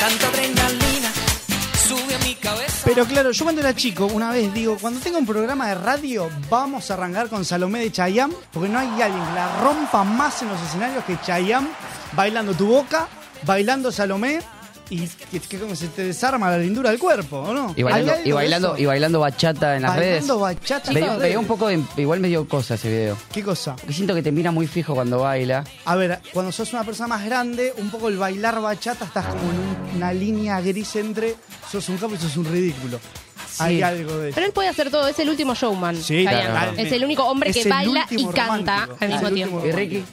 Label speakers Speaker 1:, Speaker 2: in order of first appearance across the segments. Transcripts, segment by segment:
Speaker 1: Tanta adrenalina sube a mi cabeza.
Speaker 2: Pero claro, yo cuando era chico, una vez digo, cuando tenga un programa de radio, vamos a arrancar con Salomé de Chayam, porque no hay alguien que la rompa más en los escenarios que Chayam, bailando tu boca, bailando Salomé, y que, que como se te desarma la lindura del cuerpo, ¿o no?
Speaker 3: Y
Speaker 2: ¿Hay
Speaker 3: bailando,
Speaker 2: algo
Speaker 3: y
Speaker 2: de
Speaker 3: bailando,
Speaker 2: eso?
Speaker 3: y bailando bachata en las
Speaker 2: Bailando
Speaker 3: redes.
Speaker 2: bachata.
Speaker 3: Veía-
Speaker 2: en
Speaker 3: veía
Speaker 2: redes.
Speaker 3: un poco de- igual me dio cosa ese video.
Speaker 2: ¿Qué cosa?
Speaker 3: Porque siento que te mira muy fijo cuando baila.
Speaker 2: A ver, cuando sos una persona más grande, un poco el bailar bachata estás como en un- una línea gris entre sos un capo y sos un ridículo. Hay algo de eso.
Speaker 4: Pero él puede hacer todo, es el último showman.
Speaker 2: Sí,
Speaker 4: Chayanne.
Speaker 2: claro.
Speaker 4: Es el único hombre
Speaker 2: Es
Speaker 4: que
Speaker 2: el
Speaker 4: baila y
Speaker 2: último
Speaker 4: canta
Speaker 2: romántico.
Speaker 4: al
Speaker 2: Es
Speaker 4: mismo
Speaker 2: el
Speaker 4: tiempo.
Speaker 2: último
Speaker 3: ¿Y Ricky?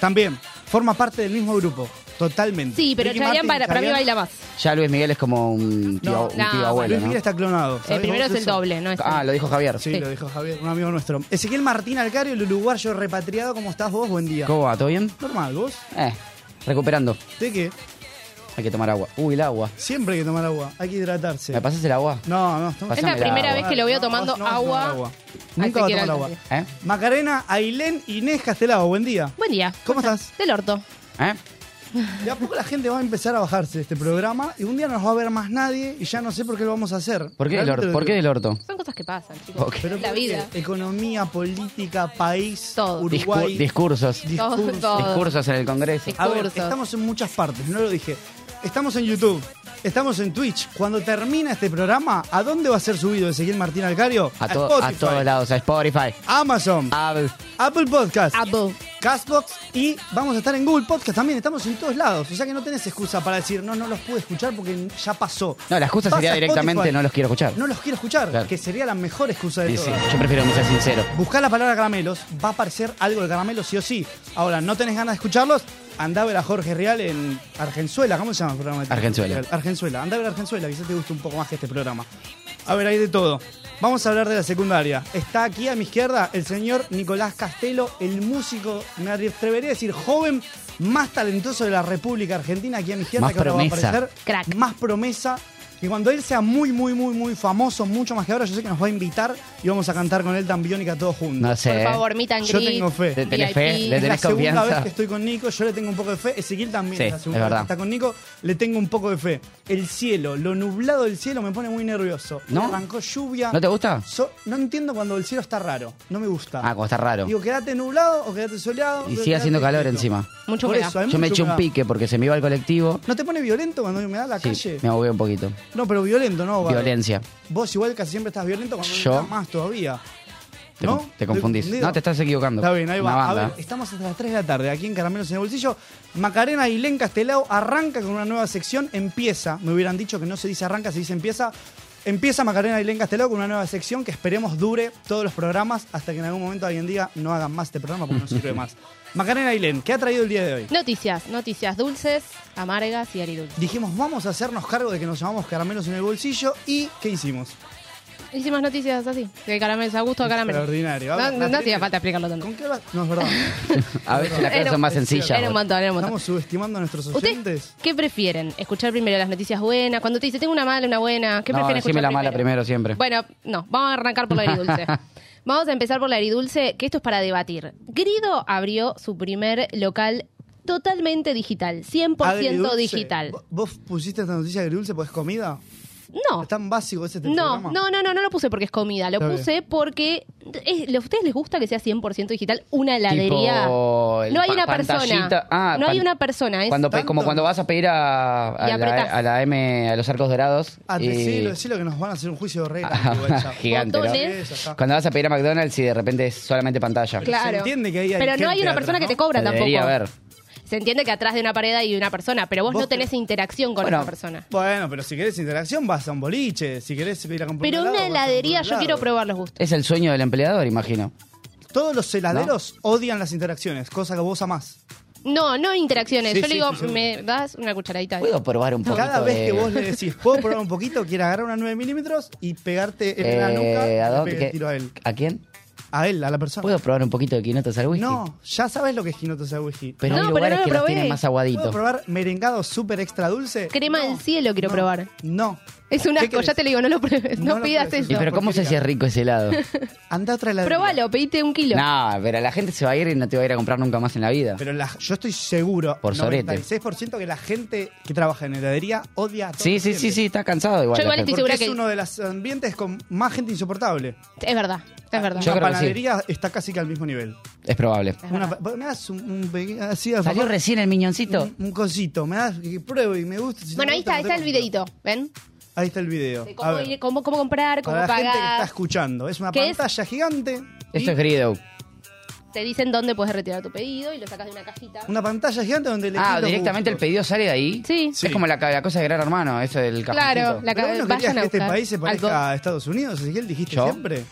Speaker 2: También, forma parte del mismo grupo, totalmente.
Speaker 4: Sí, pero
Speaker 2: Ricky
Speaker 4: Chayanne
Speaker 2: Martin,
Speaker 4: para, para mí
Speaker 2: Chayanne-
Speaker 4: baila más.
Speaker 3: Ya Luis Miguel es como un tío,
Speaker 2: No,
Speaker 3: un
Speaker 4: no,
Speaker 3: tío abuelo,
Speaker 2: Luis
Speaker 3: ¿no?
Speaker 2: Miguel está clonado.
Speaker 4: El
Speaker 2: ¿sabés
Speaker 4: primero
Speaker 2: vos
Speaker 4: es
Speaker 2: de
Speaker 4: el
Speaker 2: eso?
Speaker 4: doble, no es
Speaker 3: Ah, lo dijo Javier.
Speaker 2: Sí,
Speaker 4: Sí.
Speaker 2: lo dijo Javier, un amigo nuestro. Ezequiel Martín Alcario, el uruguayo repatriado, ¿cómo estás vos? Buen día.
Speaker 3: ¿Cómo va? ¿Todo bien?
Speaker 2: Normal, ¿vos?
Speaker 3: Eh, recuperando.
Speaker 2: ¿De qué?
Speaker 3: Hay que tomar agua. Uy, el agua.
Speaker 2: Siempre hay que tomar agua, hay que hidratarse.
Speaker 3: ¿Me pasas el agua?
Speaker 2: No, no, estamos...
Speaker 4: Es la
Speaker 3: Pásame la
Speaker 4: primera
Speaker 3: agua.
Speaker 4: vez que lo veo
Speaker 2: No, vos
Speaker 4: tomando
Speaker 2: no vas a tomar
Speaker 4: agua.
Speaker 2: Nunca va a
Speaker 4: Ezequiel
Speaker 2: tomar agua.
Speaker 4: Alcántara.
Speaker 3: ¿Eh?
Speaker 2: Macarena, Ailén, Inés Castelao, buen día.
Speaker 4: Buen día.
Speaker 2: ¿Cómo estás?
Speaker 4: Del orto.
Speaker 3: ¿Eh?
Speaker 2: De a poco la gente va a empezar a bajarse de este programa y un día no nos va a ver más nadie y ya no sé por qué lo vamos a hacer.
Speaker 3: ¿Por qué del
Speaker 2: Realmente
Speaker 3: orto?
Speaker 2: lo
Speaker 3: ¿Por qué
Speaker 2: digo.
Speaker 3: del orto?
Speaker 4: Son cosas que pasan, chicos.
Speaker 3: Ok.
Speaker 2: Pero
Speaker 4: la
Speaker 2: ¿por qué?
Speaker 4: vida.
Speaker 2: Economía, política, país,
Speaker 4: Todo.
Speaker 3: Discu-
Speaker 2: Uruguay,
Speaker 3: discursos.
Speaker 4: Todo,
Speaker 2: discurso.
Speaker 4: todo.
Speaker 3: Discursos en el Congreso.
Speaker 2: A ver,
Speaker 4: Discursos.
Speaker 2: estamos en muchas partes, no lo dije. Estamos en YouTube, estamos en Twitch. Cuando termina este programa, ¿a dónde va a ser subido Ezequiel Martín Alcario?
Speaker 3: A, to- a todos lados. A Spotify.
Speaker 2: Amazon,
Speaker 3: A...
Speaker 2: Apple Podcast,
Speaker 4: Abu.
Speaker 2: Castbox y vamos a estar en Google Podcast también. Estamos en todos lados. O sea que no tenés excusa para decir, no, no los pude escuchar porque ya pasó.
Speaker 3: No, la excusa
Speaker 2: Vas
Speaker 3: sería
Speaker 2: a
Speaker 3: directamente
Speaker 2: Spotify.
Speaker 3: no los quiero escuchar.
Speaker 2: No los quiero escuchar,
Speaker 3: Claro.
Speaker 2: que sería la mejor excusa de
Speaker 3: Y sí,
Speaker 2: todas.
Speaker 3: yo prefiero que sea sincero.
Speaker 2: Buscá la palabra caramelos, va a aparecer algo de caramelos sí o sí. Ahora, ¿no tenés ganas de escucharlos? Andá a ver a Jorge Real en Argenzuela. ¿Cómo se llama el programa? de
Speaker 3: Argenzuela.
Speaker 2: Argenzuela. Andá a ver Argenzuela, quizás te guste un poco más que este programa. A ver, hay de todo. Vamos a hablar de la secundaria. Está aquí a mi izquierda el señor Nicolás Castelo, el músico, me atrevería a decir, joven más talentoso de la República Argentina. Aquí a mi izquierda,
Speaker 3: Más
Speaker 2: que ahora va a
Speaker 3: promesa.
Speaker 2: aparecer
Speaker 4: Crack.
Speaker 2: más promesa. Y cuando él sea muy, muy, muy, muy famoso, mucho más que ahora, yo sé que nos va a invitar y vamos a cantar con él Dan Biónica todos juntos.
Speaker 3: No sé.
Speaker 4: Por favor, meet and
Speaker 2: Yo
Speaker 4: greet,
Speaker 2: tengo fe.
Speaker 3: Te- tenés
Speaker 4: VIP.
Speaker 3: fe, le-
Speaker 2: Es la
Speaker 3: tenés
Speaker 2: segunda
Speaker 3: confianza?
Speaker 2: vez que estoy con Nico, yo le tengo un poco de fe. Ezequiel también
Speaker 3: Sí,
Speaker 2: es la segunda
Speaker 3: es
Speaker 2: vez
Speaker 3: verdad.
Speaker 2: que está con Nico, le tengo un poco de fe. El cielo, lo nublado del cielo me pone muy nervioso. Me
Speaker 3: ¿No?
Speaker 2: Arrancó lluvia.
Speaker 3: ¿No te gusta?
Speaker 2: So- no entiendo cuando el cielo está raro, no me gusta.
Speaker 3: Ah, como está raro.
Speaker 2: Digo, quédate nublado o quédate soleado.
Speaker 3: Y
Speaker 2: pero
Speaker 3: sigue haciendo
Speaker 2: quédate
Speaker 3: calor
Speaker 2: quieto.
Speaker 3: encima.
Speaker 4: Mucho
Speaker 2: Por
Speaker 4: humedad.
Speaker 2: eso, hay
Speaker 3: Yo me
Speaker 2: mucho
Speaker 3: eché un
Speaker 2: humedad.
Speaker 3: pique porque se me iba el colectivo.
Speaker 2: ¿No te pone violento cuando me da la
Speaker 3: Sí,
Speaker 2: calle?
Speaker 3: me ahogué un poquito.
Speaker 2: No, pero violento, ¿no? Bárbaro?
Speaker 3: Violencia.
Speaker 2: Vos igual casi siempre estás violento cuando
Speaker 3: Yo.
Speaker 2: estás más todavía.
Speaker 3: Te,
Speaker 2: ¿No?
Speaker 3: con- te confundís.
Speaker 2: ¿Estoy confundido?
Speaker 3: No, te estás equivocando.
Speaker 2: Está bien, ahí
Speaker 3: Una
Speaker 2: va. A
Speaker 3: banda.
Speaker 2: ver, estamos hasta las 3 de la tarde aquí en Caramelos en el Bolsillo. Macarena Ailén Castelao arranca con una nueva sección. Empieza. Me hubieran dicho que no se dice arranca, se dice empieza. Empieza Macarena Ailén Castelao con una nueva sección que esperemos dure todos los programas hasta que en algún momento alguien diga no hagan más este programa porque no sirve más. Macarena Ailén, ¿qué ha traído el día de hoy?
Speaker 4: Noticias, noticias dulces, amargas y agridulces.
Speaker 2: Dijimos, vamos a hacernos cargo de que nos llamamos Caramelos en el Bolsillo y ¿qué hicimos?
Speaker 4: Hicimos noticias así, de caramelos, a gusto de caramelos.
Speaker 2: Extraordinario.
Speaker 4: No, no, no hacía falta explicarlo tanto.
Speaker 2: ¿Con qué vas? No, es verdad.
Speaker 3: A veces las cosas
Speaker 4: Era
Speaker 3: son
Speaker 4: un-
Speaker 3: más sencillas.
Speaker 4: Era un montón, era un montón.
Speaker 2: Estamos subestimando a nuestros oyentes.
Speaker 4: ¿Ustedes qué prefieren? ¿Escuchar primero las noticias buenas? Cuando te dice tengo una mala, una buena, ¿qué
Speaker 3: No,
Speaker 4: prefieren
Speaker 3: decime
Speaker 4: escuchar
Speaker 3: la mala primero siempre.
Speaker 4: Bueno, no, vamos a arrancar por la agridulce. vamos a empezar por la agridulce, que esto es para debatir. Grido abrió su primer local totalmente
Speaker 2: Ah,
Speaker 4: digital, 100%
Speaker 2: Agridulce.
Speaker 4: digital.
Speaker 2: ¿Vo- ¿Vos pusiste esta noticia agridulce porque es pues comida?
Speaker 4: No.
Speaker 2: ¿Es tan básico ese
Speaker 4: No,
Speaker 2: programa?
Speaker 4: no, no, no, no lo puse porque es comida, lo
Speaker 2: Está bien.
Speaker 4: puse porque es- ¿a ustedes les gusta que sea 100% digital una heladería.
Speaker 3: Tipo, el
Speaker 4: no hay
Speaker 3: pa-
Speaker 4: una persona.
Speaker 3: pantallita. Ah,
Speaker 4: no hay
Speaker 3: pan-
Speaker 4: una persona, es
Speaker 3: Cuando pe-
Speaker 2: tanto.
Speaker 3: como cuando vas a pedir a, a
Speaker 4: Y apretás.
Speaker 3: la, a la M, a los arcos dorados.
Speaker 2: Ah,
Speaker 3: y-
Speaker 2: decilo, decilo que nos van a hacer un juicio de reglas.
Speaker 3: Eh, Ah, Gigante, ¿no?
Speaker 4: Botones.
Speaker 3: Cuando vas a pedir a McDonald's y de repente es solamente pantalla.
Speaker 2: Claro. se entiende que ahí hay
Speaker 4: Pero no hay
Speaker 2: gente
Speaker 4: una
Speaker 2: atrás,
Speaker 4: persona
Speaker 2: ¿no?
Speaker 4: que te cobra
Speaker 3: Se
Speaker 4: tampoco.
Speaker 3: debería ver.
Speaker 4: Se entiende que atrás de una pared hay una persona, pero vos,
Speaker 2: Vos
Speaker 4: no tenés interacción con
Speaker 3: Bueno,
Speaker 4: esa persona.
Speaker 2: Bueno, pero si querés interacción vas a un boliche, si querés ir a comprar
Speaker 4: Pero
Speaker 2: un helado,
Speaker 4: una
Speaker 2: vas a comprar
Speaker 4: heladería,
Speaker 2: un
Speaker 4: yo
Speaker 2: helado.
Speaker 4: quiero probar los gustos.
Speaker 3: Es el sueño del empleador, imagino.
Speaker 2: Todos los heladeros odian las interacciones, cosa que vos amás.
Speaker 4: No, no interacciones.
Speaker 2: Sí,
Speaker 4: Yo
Speaker 2: sí,
Speaker 4: le digo,
Speaker 2: sí, sí.
Speaker 4: me das una cucharadita.
Speaker 3: ¿Puedo probar un poquito
Speaker 2: Cada vez
Speaker 3: de-
Speaker 2: que vos le decís, ¿puedo probar un poquito? Quiere agarrar una 9 milímetros y pegarte en la
Speaker 3: Eh,
Speaker 2: nuca. y
Speaker 3: ¿a,
Speaker 2: le
Speaker 3: dónde?
Speaker 2: pegue el
Speaker 3: ¿Qué?
Speaker 2: tiro a él.
Speaker 3: ¿A quién?
Speaker 2: A él, a la persona.
Speaker 3: ¿Puedo probar un poquito de quinotas al whisky?
Speaker 2: No, ya sabes lo que es quinoto sea whisky.
Speaker 3: Pero
Speaker 4: No,
Speaker 3: hay
Speaker 4: pero no
Speaker 3: lugares
Speaker 4: lo
Speaker 3: que los
Speaker 4: probé.
Speaker 3: tienen más
Speaker 2: ¿Puedo
Speaker 3: aguaditos.
Speaker 2: probar merengado súper extra dulce?
Speaker 4: Crema
Speaker 2: No,
Speaker 4: del cielo quiero
Speaker 2: no,
Speaker 4: probar.
Speaker 2: No.
Speaker 4: Es un
Speaker 2: ¿Qué
Speaker 4: asco, ya
Speaker 2: querés?
Speaker 4: te lo digo, no lo pruebes, no,
Speaker 2: No lo
Speaker 4: pidas
Speaker 2: pruebes.
Speaker 4: eso.
Speaker 3: Y pero ¿cómo sé
Speaker 2: porquería.
Speaker 3: si es rico ese helado?
Speaker 2: Anda a otra heladería.
Speaker 4: Probalo, pediste un kilo.
Speaker 3: no, pero la gente se va a ir y no te va a ir a comprar nunca más en la vida.
Speaker 2: Pero la- yo estoy seguro,
Speaker 3: Por sorete.
Speaker 2: 96% que la gente que trabaja en heladería odia a todos
Speaker 3: sí,
Speaker 2: los
Speaker 3: sí, sí,
Speaker 2: clientes.
Speaker 3: sí, está cansado igual.
Speaker 4: Yo
Speaker 3: la
Speaker 4: igual
Speaker 3: gente.
Speaker 4: estoy
Speaker 2: Porque
Speaker 4: segura
Speaker 2: es
Speaker 4: que-
Speaker 2: uno de los ambientes con más gente insoportable.
Speaker 4: Es verdad, es verdad.
Speaker 3: Yo
Speaker 2: Una
Speaker 3: creo que sí.
Speaker 2: panadería está casi que al mismo nivel.
Speaker 3: Es probable.
Speaker 4: Es
Speaker 2: Una,
Speaker 4: verdad.
Speaker 2: pa- me das un, un pequeño- así, al
Speaker 3: ¿Salió
Speaker 2: favor,
Speaker 3: recién el miñoncito?
Speaker 2: un, un cosito, me das que pruebo y me gusta. si no
Speaker 4: Bueno,
Speaker 2: me
Speaker 4: ahí
Speaker 2: gusta,
Speaker 4: está, está
Speaker 2: no
Speaker 4: el
Speaker 2: te compro.
Speaker 4: videito, ¿ven?
Speaker 2: Ahí está el video.
Speaker 4: De
Speaker 2: A
Speaker 4: cómo,
Speaker 2: ver,
Speaker 4: ir- cómo, cómo comprar, cómo
Speaker 2: para la gente que está
Speaker 4: pagar.
Speaker 2: escuchando, es una
Speaker 4: ¿Qué es?
Speaker 2: pantalla gigante. y
Speaker 3: Esto es Grido.
Speaker 4: Te dicen dónde puedes retirar tu pedido y lo sacas de una cajita.
Speaker 2: una pantalla gigante donde le
Speaker 3: Ah, directamente el pedido sale de ahí.
Speaker 4: Sí.
Speaker 2: Sí.
Speaker 3: Es como la, ca- la cosa de Gran Hermano, eso del
Speaker 4: Claro,
Speaker 3: cajoncito.
Speaker 4: la-
Speaker 2: Pero vos no
Speaker 4: Vayan
Speaker 2: querías
Speaker 4: a
Speaker 2: que este
Speaker 4: buscar
Speaker 2: país se parezca
Speaker 4: algo.
Speaker 2: a Estados Unidos, así que él dijiste
Speaker 3: Yo. Ah,
Speaker 2: siempre.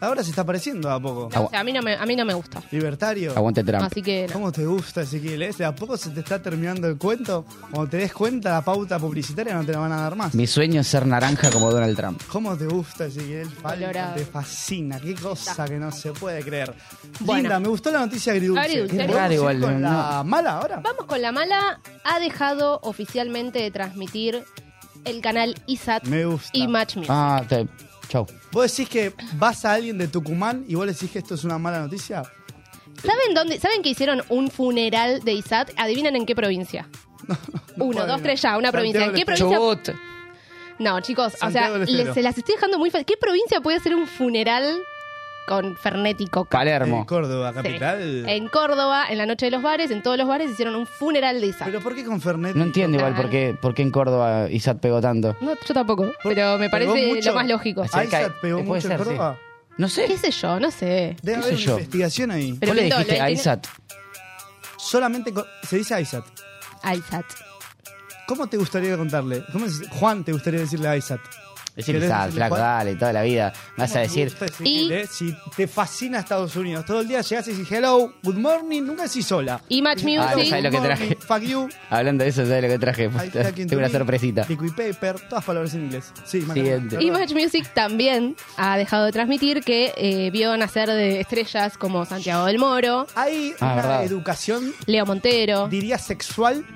Speaker 2: Ahora se está pareciendo a poco.
Speaker 4: No, o sea, a, mí no me, a mí no me gusta.
Speaker 2: Libertario.
Speaker 3: Aguante Trump.
Speaker 4: Así que no.
Speaker 2: ¿Cómo te gusta, Ezequiel? eh? ¿De a poco se te está terminando el cuento? Cuando te des cuenta, la pauta publicitaria no te la van a dar más.
Speaker 3: Mi sueño es ser naranja como Donald Trump.
Speaker 2: ¿Cómo te gusta, Ezequiel? Falta,
Speaker 4: Colorado.
Speaker 2: te fascina. Qué cosa que no se puede creer.
Speaker 4: Bueno.
Speaker 2: Linda, me gustó la noticia agridulce.
Speaker 4: Agridulce,
Speaker 2: ¿Podemos
Speaker 4: Qué
Speaker 3: raro
Speaker 2: ir
Speaker 3: igual,
Speaker 2: con
Speaker 3: no.
Speaker 2: la mala ahora?
Speaker 4: Vamos con la mala. Ha dejado oficialmente de transmitir el canal ISAT
Speaker 2: Me gusta.
Speaker 4: y Match Music.
Speaker 3: Ah, te... chau.
Speaker 2: Vos decís que vas a alguien de Tucumán y vos le decís que esto es una mala noticia.
Speaker 4: ¿Saben dónde? ¿Saben que hicieron un funeral de ISAT? Adivinan en qué provincia. Uno,
Speaker 2: No puedo
Speaker 4: dos,
Speaker 2: adivinar.
Speaker 4: tres ya, una
Speaker 2: Santiago
Speaker 4: provincia. ¿En
Speaker 2: del
Speaker 4: qué
Speaker 2: Estero.
Speaker 4: provincia?
Speaker 3: Chubut.
Speaker 4: No, chicos, o sea,
Speaker 2: Santiago del
Speaker 4: les-
Speaker 2: Estero.
Speaker 4: se las estoy dejando muy fácil. ¿Qué provincia puede hacer un funeral con Fernetti Coca?
Speaker 3: Palermo.
Speaker 2: En Córdoba,
Speaker 4: Sí.
Speaker 2: capital.
Speaker 4: En Córdoba, en la noche de los bares, en todos los bares hicieron un funeral de ISAT.
Speaker 2: ¿Pero por qué con Fernet?
Speaker 3: No entiendo igual
Speaker 4: Nah.
Speaker 3: por qué, por qué en Córdoba Isaac pegó tanto.
Speaker 4: No, yo tampoco, pero me parece lo más lógico.
Speaker 3: Así- Cerca-
Speaker 2: ¿Aisat pegó
Speaker 3: eh,
Speaker 2: mucho
Speaker 3: puede
Speaker 2: en
Speaker 3: ser, sí.
Speaker 2: Córdoba?
Speaker 3: No sé.
Speaker 4: ¿Qué sé yo? No sé.
Speaker 2: Debe
Speaker 3: ¿Qué
Speaker 2: haber
Speaker 3: sé
Speaker 2: una
Speaker 3: yo?
Speaker 2: investigación ahí.
Speaker 4: Pero
Speaker 3: ¿Vos le
Speaker 4: Pinto,
Speaker 3: dijiste
Speaker 4: lo
Speaker 3: a
Speaker 4: tiene-
Speaker 3: Isaac?
Speaker 2: Solamente con- se dice Aisat.
Speaker 4: A ISAT.
Speaker 2: ¿Cómo te gustaría contarle? ¿Cómo es- Juan te gustaría decirle a Aisat?
Speaker 3: Decir
Speaker 2: ¿Querés
Speaker 3: Isaac,
Speaker 2: decirle
Speaker 3: flaco,
Speaker 2: cuál?
Speaker 3: dale, toda la vida. Vas a decir,
Speaker 4: Y-
Speaker 2: y... Si te fascina Estados Unidos, todo el día llegas y dices hello, good morning, nunca decís sola.
Speaker 4: Y Match Music.
Speaker 3: Ah, no sabés lo que traje.
Speaker 2: Fuck you.
Speaker 3: hablando de eso, ¿sabes lo que traje?
Speaker 2: I fucking
Speaker 3: Tengo una
Speaker 2: do it,
Speaker 3: sorpresita.
Speaker 2: Liquid paper, todas palabras en inglés. Sí, Macarena,
Speaker 3: Siguiente.
Speaker 4: Y
Speaker 2: perdón.
Speaker 4: Match Music también ha dejado de transmitir que eh, vio nacer de estrellas como Santiago del Moro,
Speaker 2: Hay
Speaker 3: Ah,
Speaker 2: una
Speaker 3: verdad.
Speaker 2: educación,
Speaker 4: Leo Montero.
Speaker 2: diría sexual,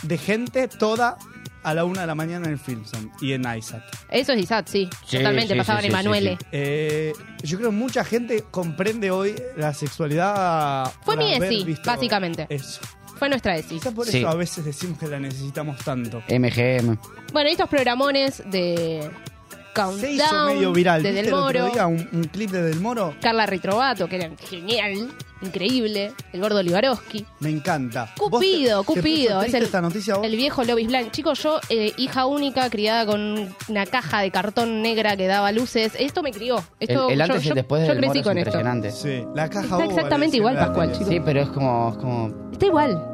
Speaker 2: de gente toda a la una de la mañana en el Filmson y en Aisat.
Speaker 4: Eso es ISAT, sí.
Speaker 3: Sí,
Speaker 4: Totalmente,
Speaker 3: sí,
Speaker 4: pasaban
Speaker 3: sí, sí,
Speaker 4: Emanuele.
Speaker 3: sí,
Speaker 2: Eh, yo creo que mucha gente comprende hoy la sexualidad.
Speaker 4: Fue
Speaker 2: por
Speaker 4: mi
Speaker 2: haber
Speaker 4: ESI,
Speaker 2: visto
Speaker 4: básicamente.
Speaker 2: Eso.
Speaker 4: Fue nuestra ESI.
Speaker 2: Quizás por
Speaker 3: Sí.
Speaker 2: eso a veces decimos que la necesitamos tanto.
Speaker 3: MGM.
Speaker 4: Bueno, y estos programones de Countdown,
Speaker 2: Se hizo medio viral.
Speaker 4: de
Speaker 2: ¿Viste
Speaker 4: Del
Speaker 2: el otro
Speaker 4: Moro,
Speaker 2: día un, un clip de Del Moro?
Speaker 4: Carla Retrovato, que era genial, increíble, el gordo Olivaroski,
Speaker 2: Me encanta.
Speaker 4: Cupido,
Speaker 2: ¿Vos te- te
Speaker 4: Cupido,
Speaker 2: puso
Speaker 4: es
Speaker 2: triste
Speaker 4: el-
Speaker 2: esta noticia vos?
Speaker 4: el viejo Lobis Blanc. Chicos, yo, eh, hija única, criada con una caja de cartón negra que daba luces, esto me crió. Esto,
Speaker 3: el, el
Speaker 4: yo-
Speaker 3: antes y
Speaker 4: yo-
Speaker 3: el después de
Speaker 4: yo
Speaker 3: del
Speaker 4: crecí
Speaker 3: Moro es
Speaker 4: con esto.
Speaker 3: impresionante.
Speaker 2: Sí, la caja
Speaker 4: Está
Speaker 2: boba,
Speaker 4: exactamente
Speaker 2: le
Speaker 4: igual,
Speaker 2: decían
Speaker 4: Pascual,
Speaker 2: antes.
Speaker 4: chico.
Speaker 3: Sí, pero es como, es como.
Speaker 4: Está igual.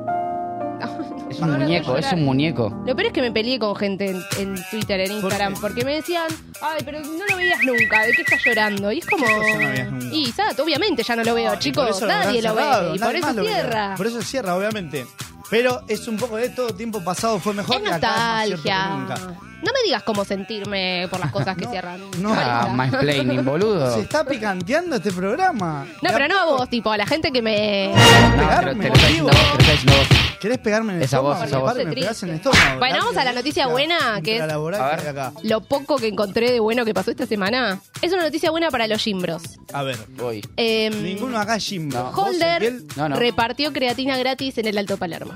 Speaker 3: Es un muñeco, es un muñeco.
Speaker 4: Lo peor es que me peleé con gente en, en Twitter, en Instagram,
Speaker 2: qué?
Speaker 4: porque me decían, ay, pero no lo veías nunca, ¿de qué estás llorando? Y es como.
Speaker 2: Eso no veías nunca.
Speaker 4: Y Sat, obviamente ya no lo veo,
Speaker 2: Y por
Speaker 4: chicos,
Speaker 2: eso habrán
Speaker 4: nadie lo
Speaker 2: cerrado,
Speaker 4: ve. Y
Speaker 2: nadie
Speaker 4: por
Speaker 2: más
Speaker 4: eso
Speaker 2: lo ve.
Speaker 4: cierra.
Speaker 2: Por eso cierra, obviamente. Pero es un poco de todo tiempo pasado fue mejor
Speaker 4: Es
Speaker 2: y acá es más cierto
Speaker 4: nostalgia.
Speaker 2: que nunca.
Speaker 4: No me digas cómo sentirme por las cosas que
Speaker 2: No,
Speaker 4: cierran.
Speaker 2: no.
Speaker 4: Marisa.
Speaker 3: Ah, mansplaining,
Speaker 2: Se
Speaker 3: boludo.
Speaker 2: está picanteando este programa.
Speaker 4: No, pero no a vos, tipo, a la gente que me.
Speaker 3: No, te lo- te lo está diciendo vos, te lo está diciendo vos.
Speaker 2: ¿Querés pegarme en el
Speaker 3: Esa voz,
Speaker 2: estómago?
Speaker 3: esa voz.
Speaker 2: Pará, Me pegás en el estómago.
Speaker 4: Bueno, vamos a la noticia buena, que es-
Speaker 2: Laboral,
Speaker 3: A ver.
Speaker 2: que hay acá.
Speaker 4: Lo poco que encontré de bueno que pasó esta semana. Es una noticia buena para los gimbros.
Speaker 2: A ver,
Speaker 3: Voy.
Speaker 4: Em,
Speaker 2: ninguno acá es Jimbo. Ah, Vos,
Speaker 4: Holder
Speaker 2: Ezequiel, Ah,
Speaker 3: No, no.
Speaker 4: repartió creatina gratis en el Alto Palermo.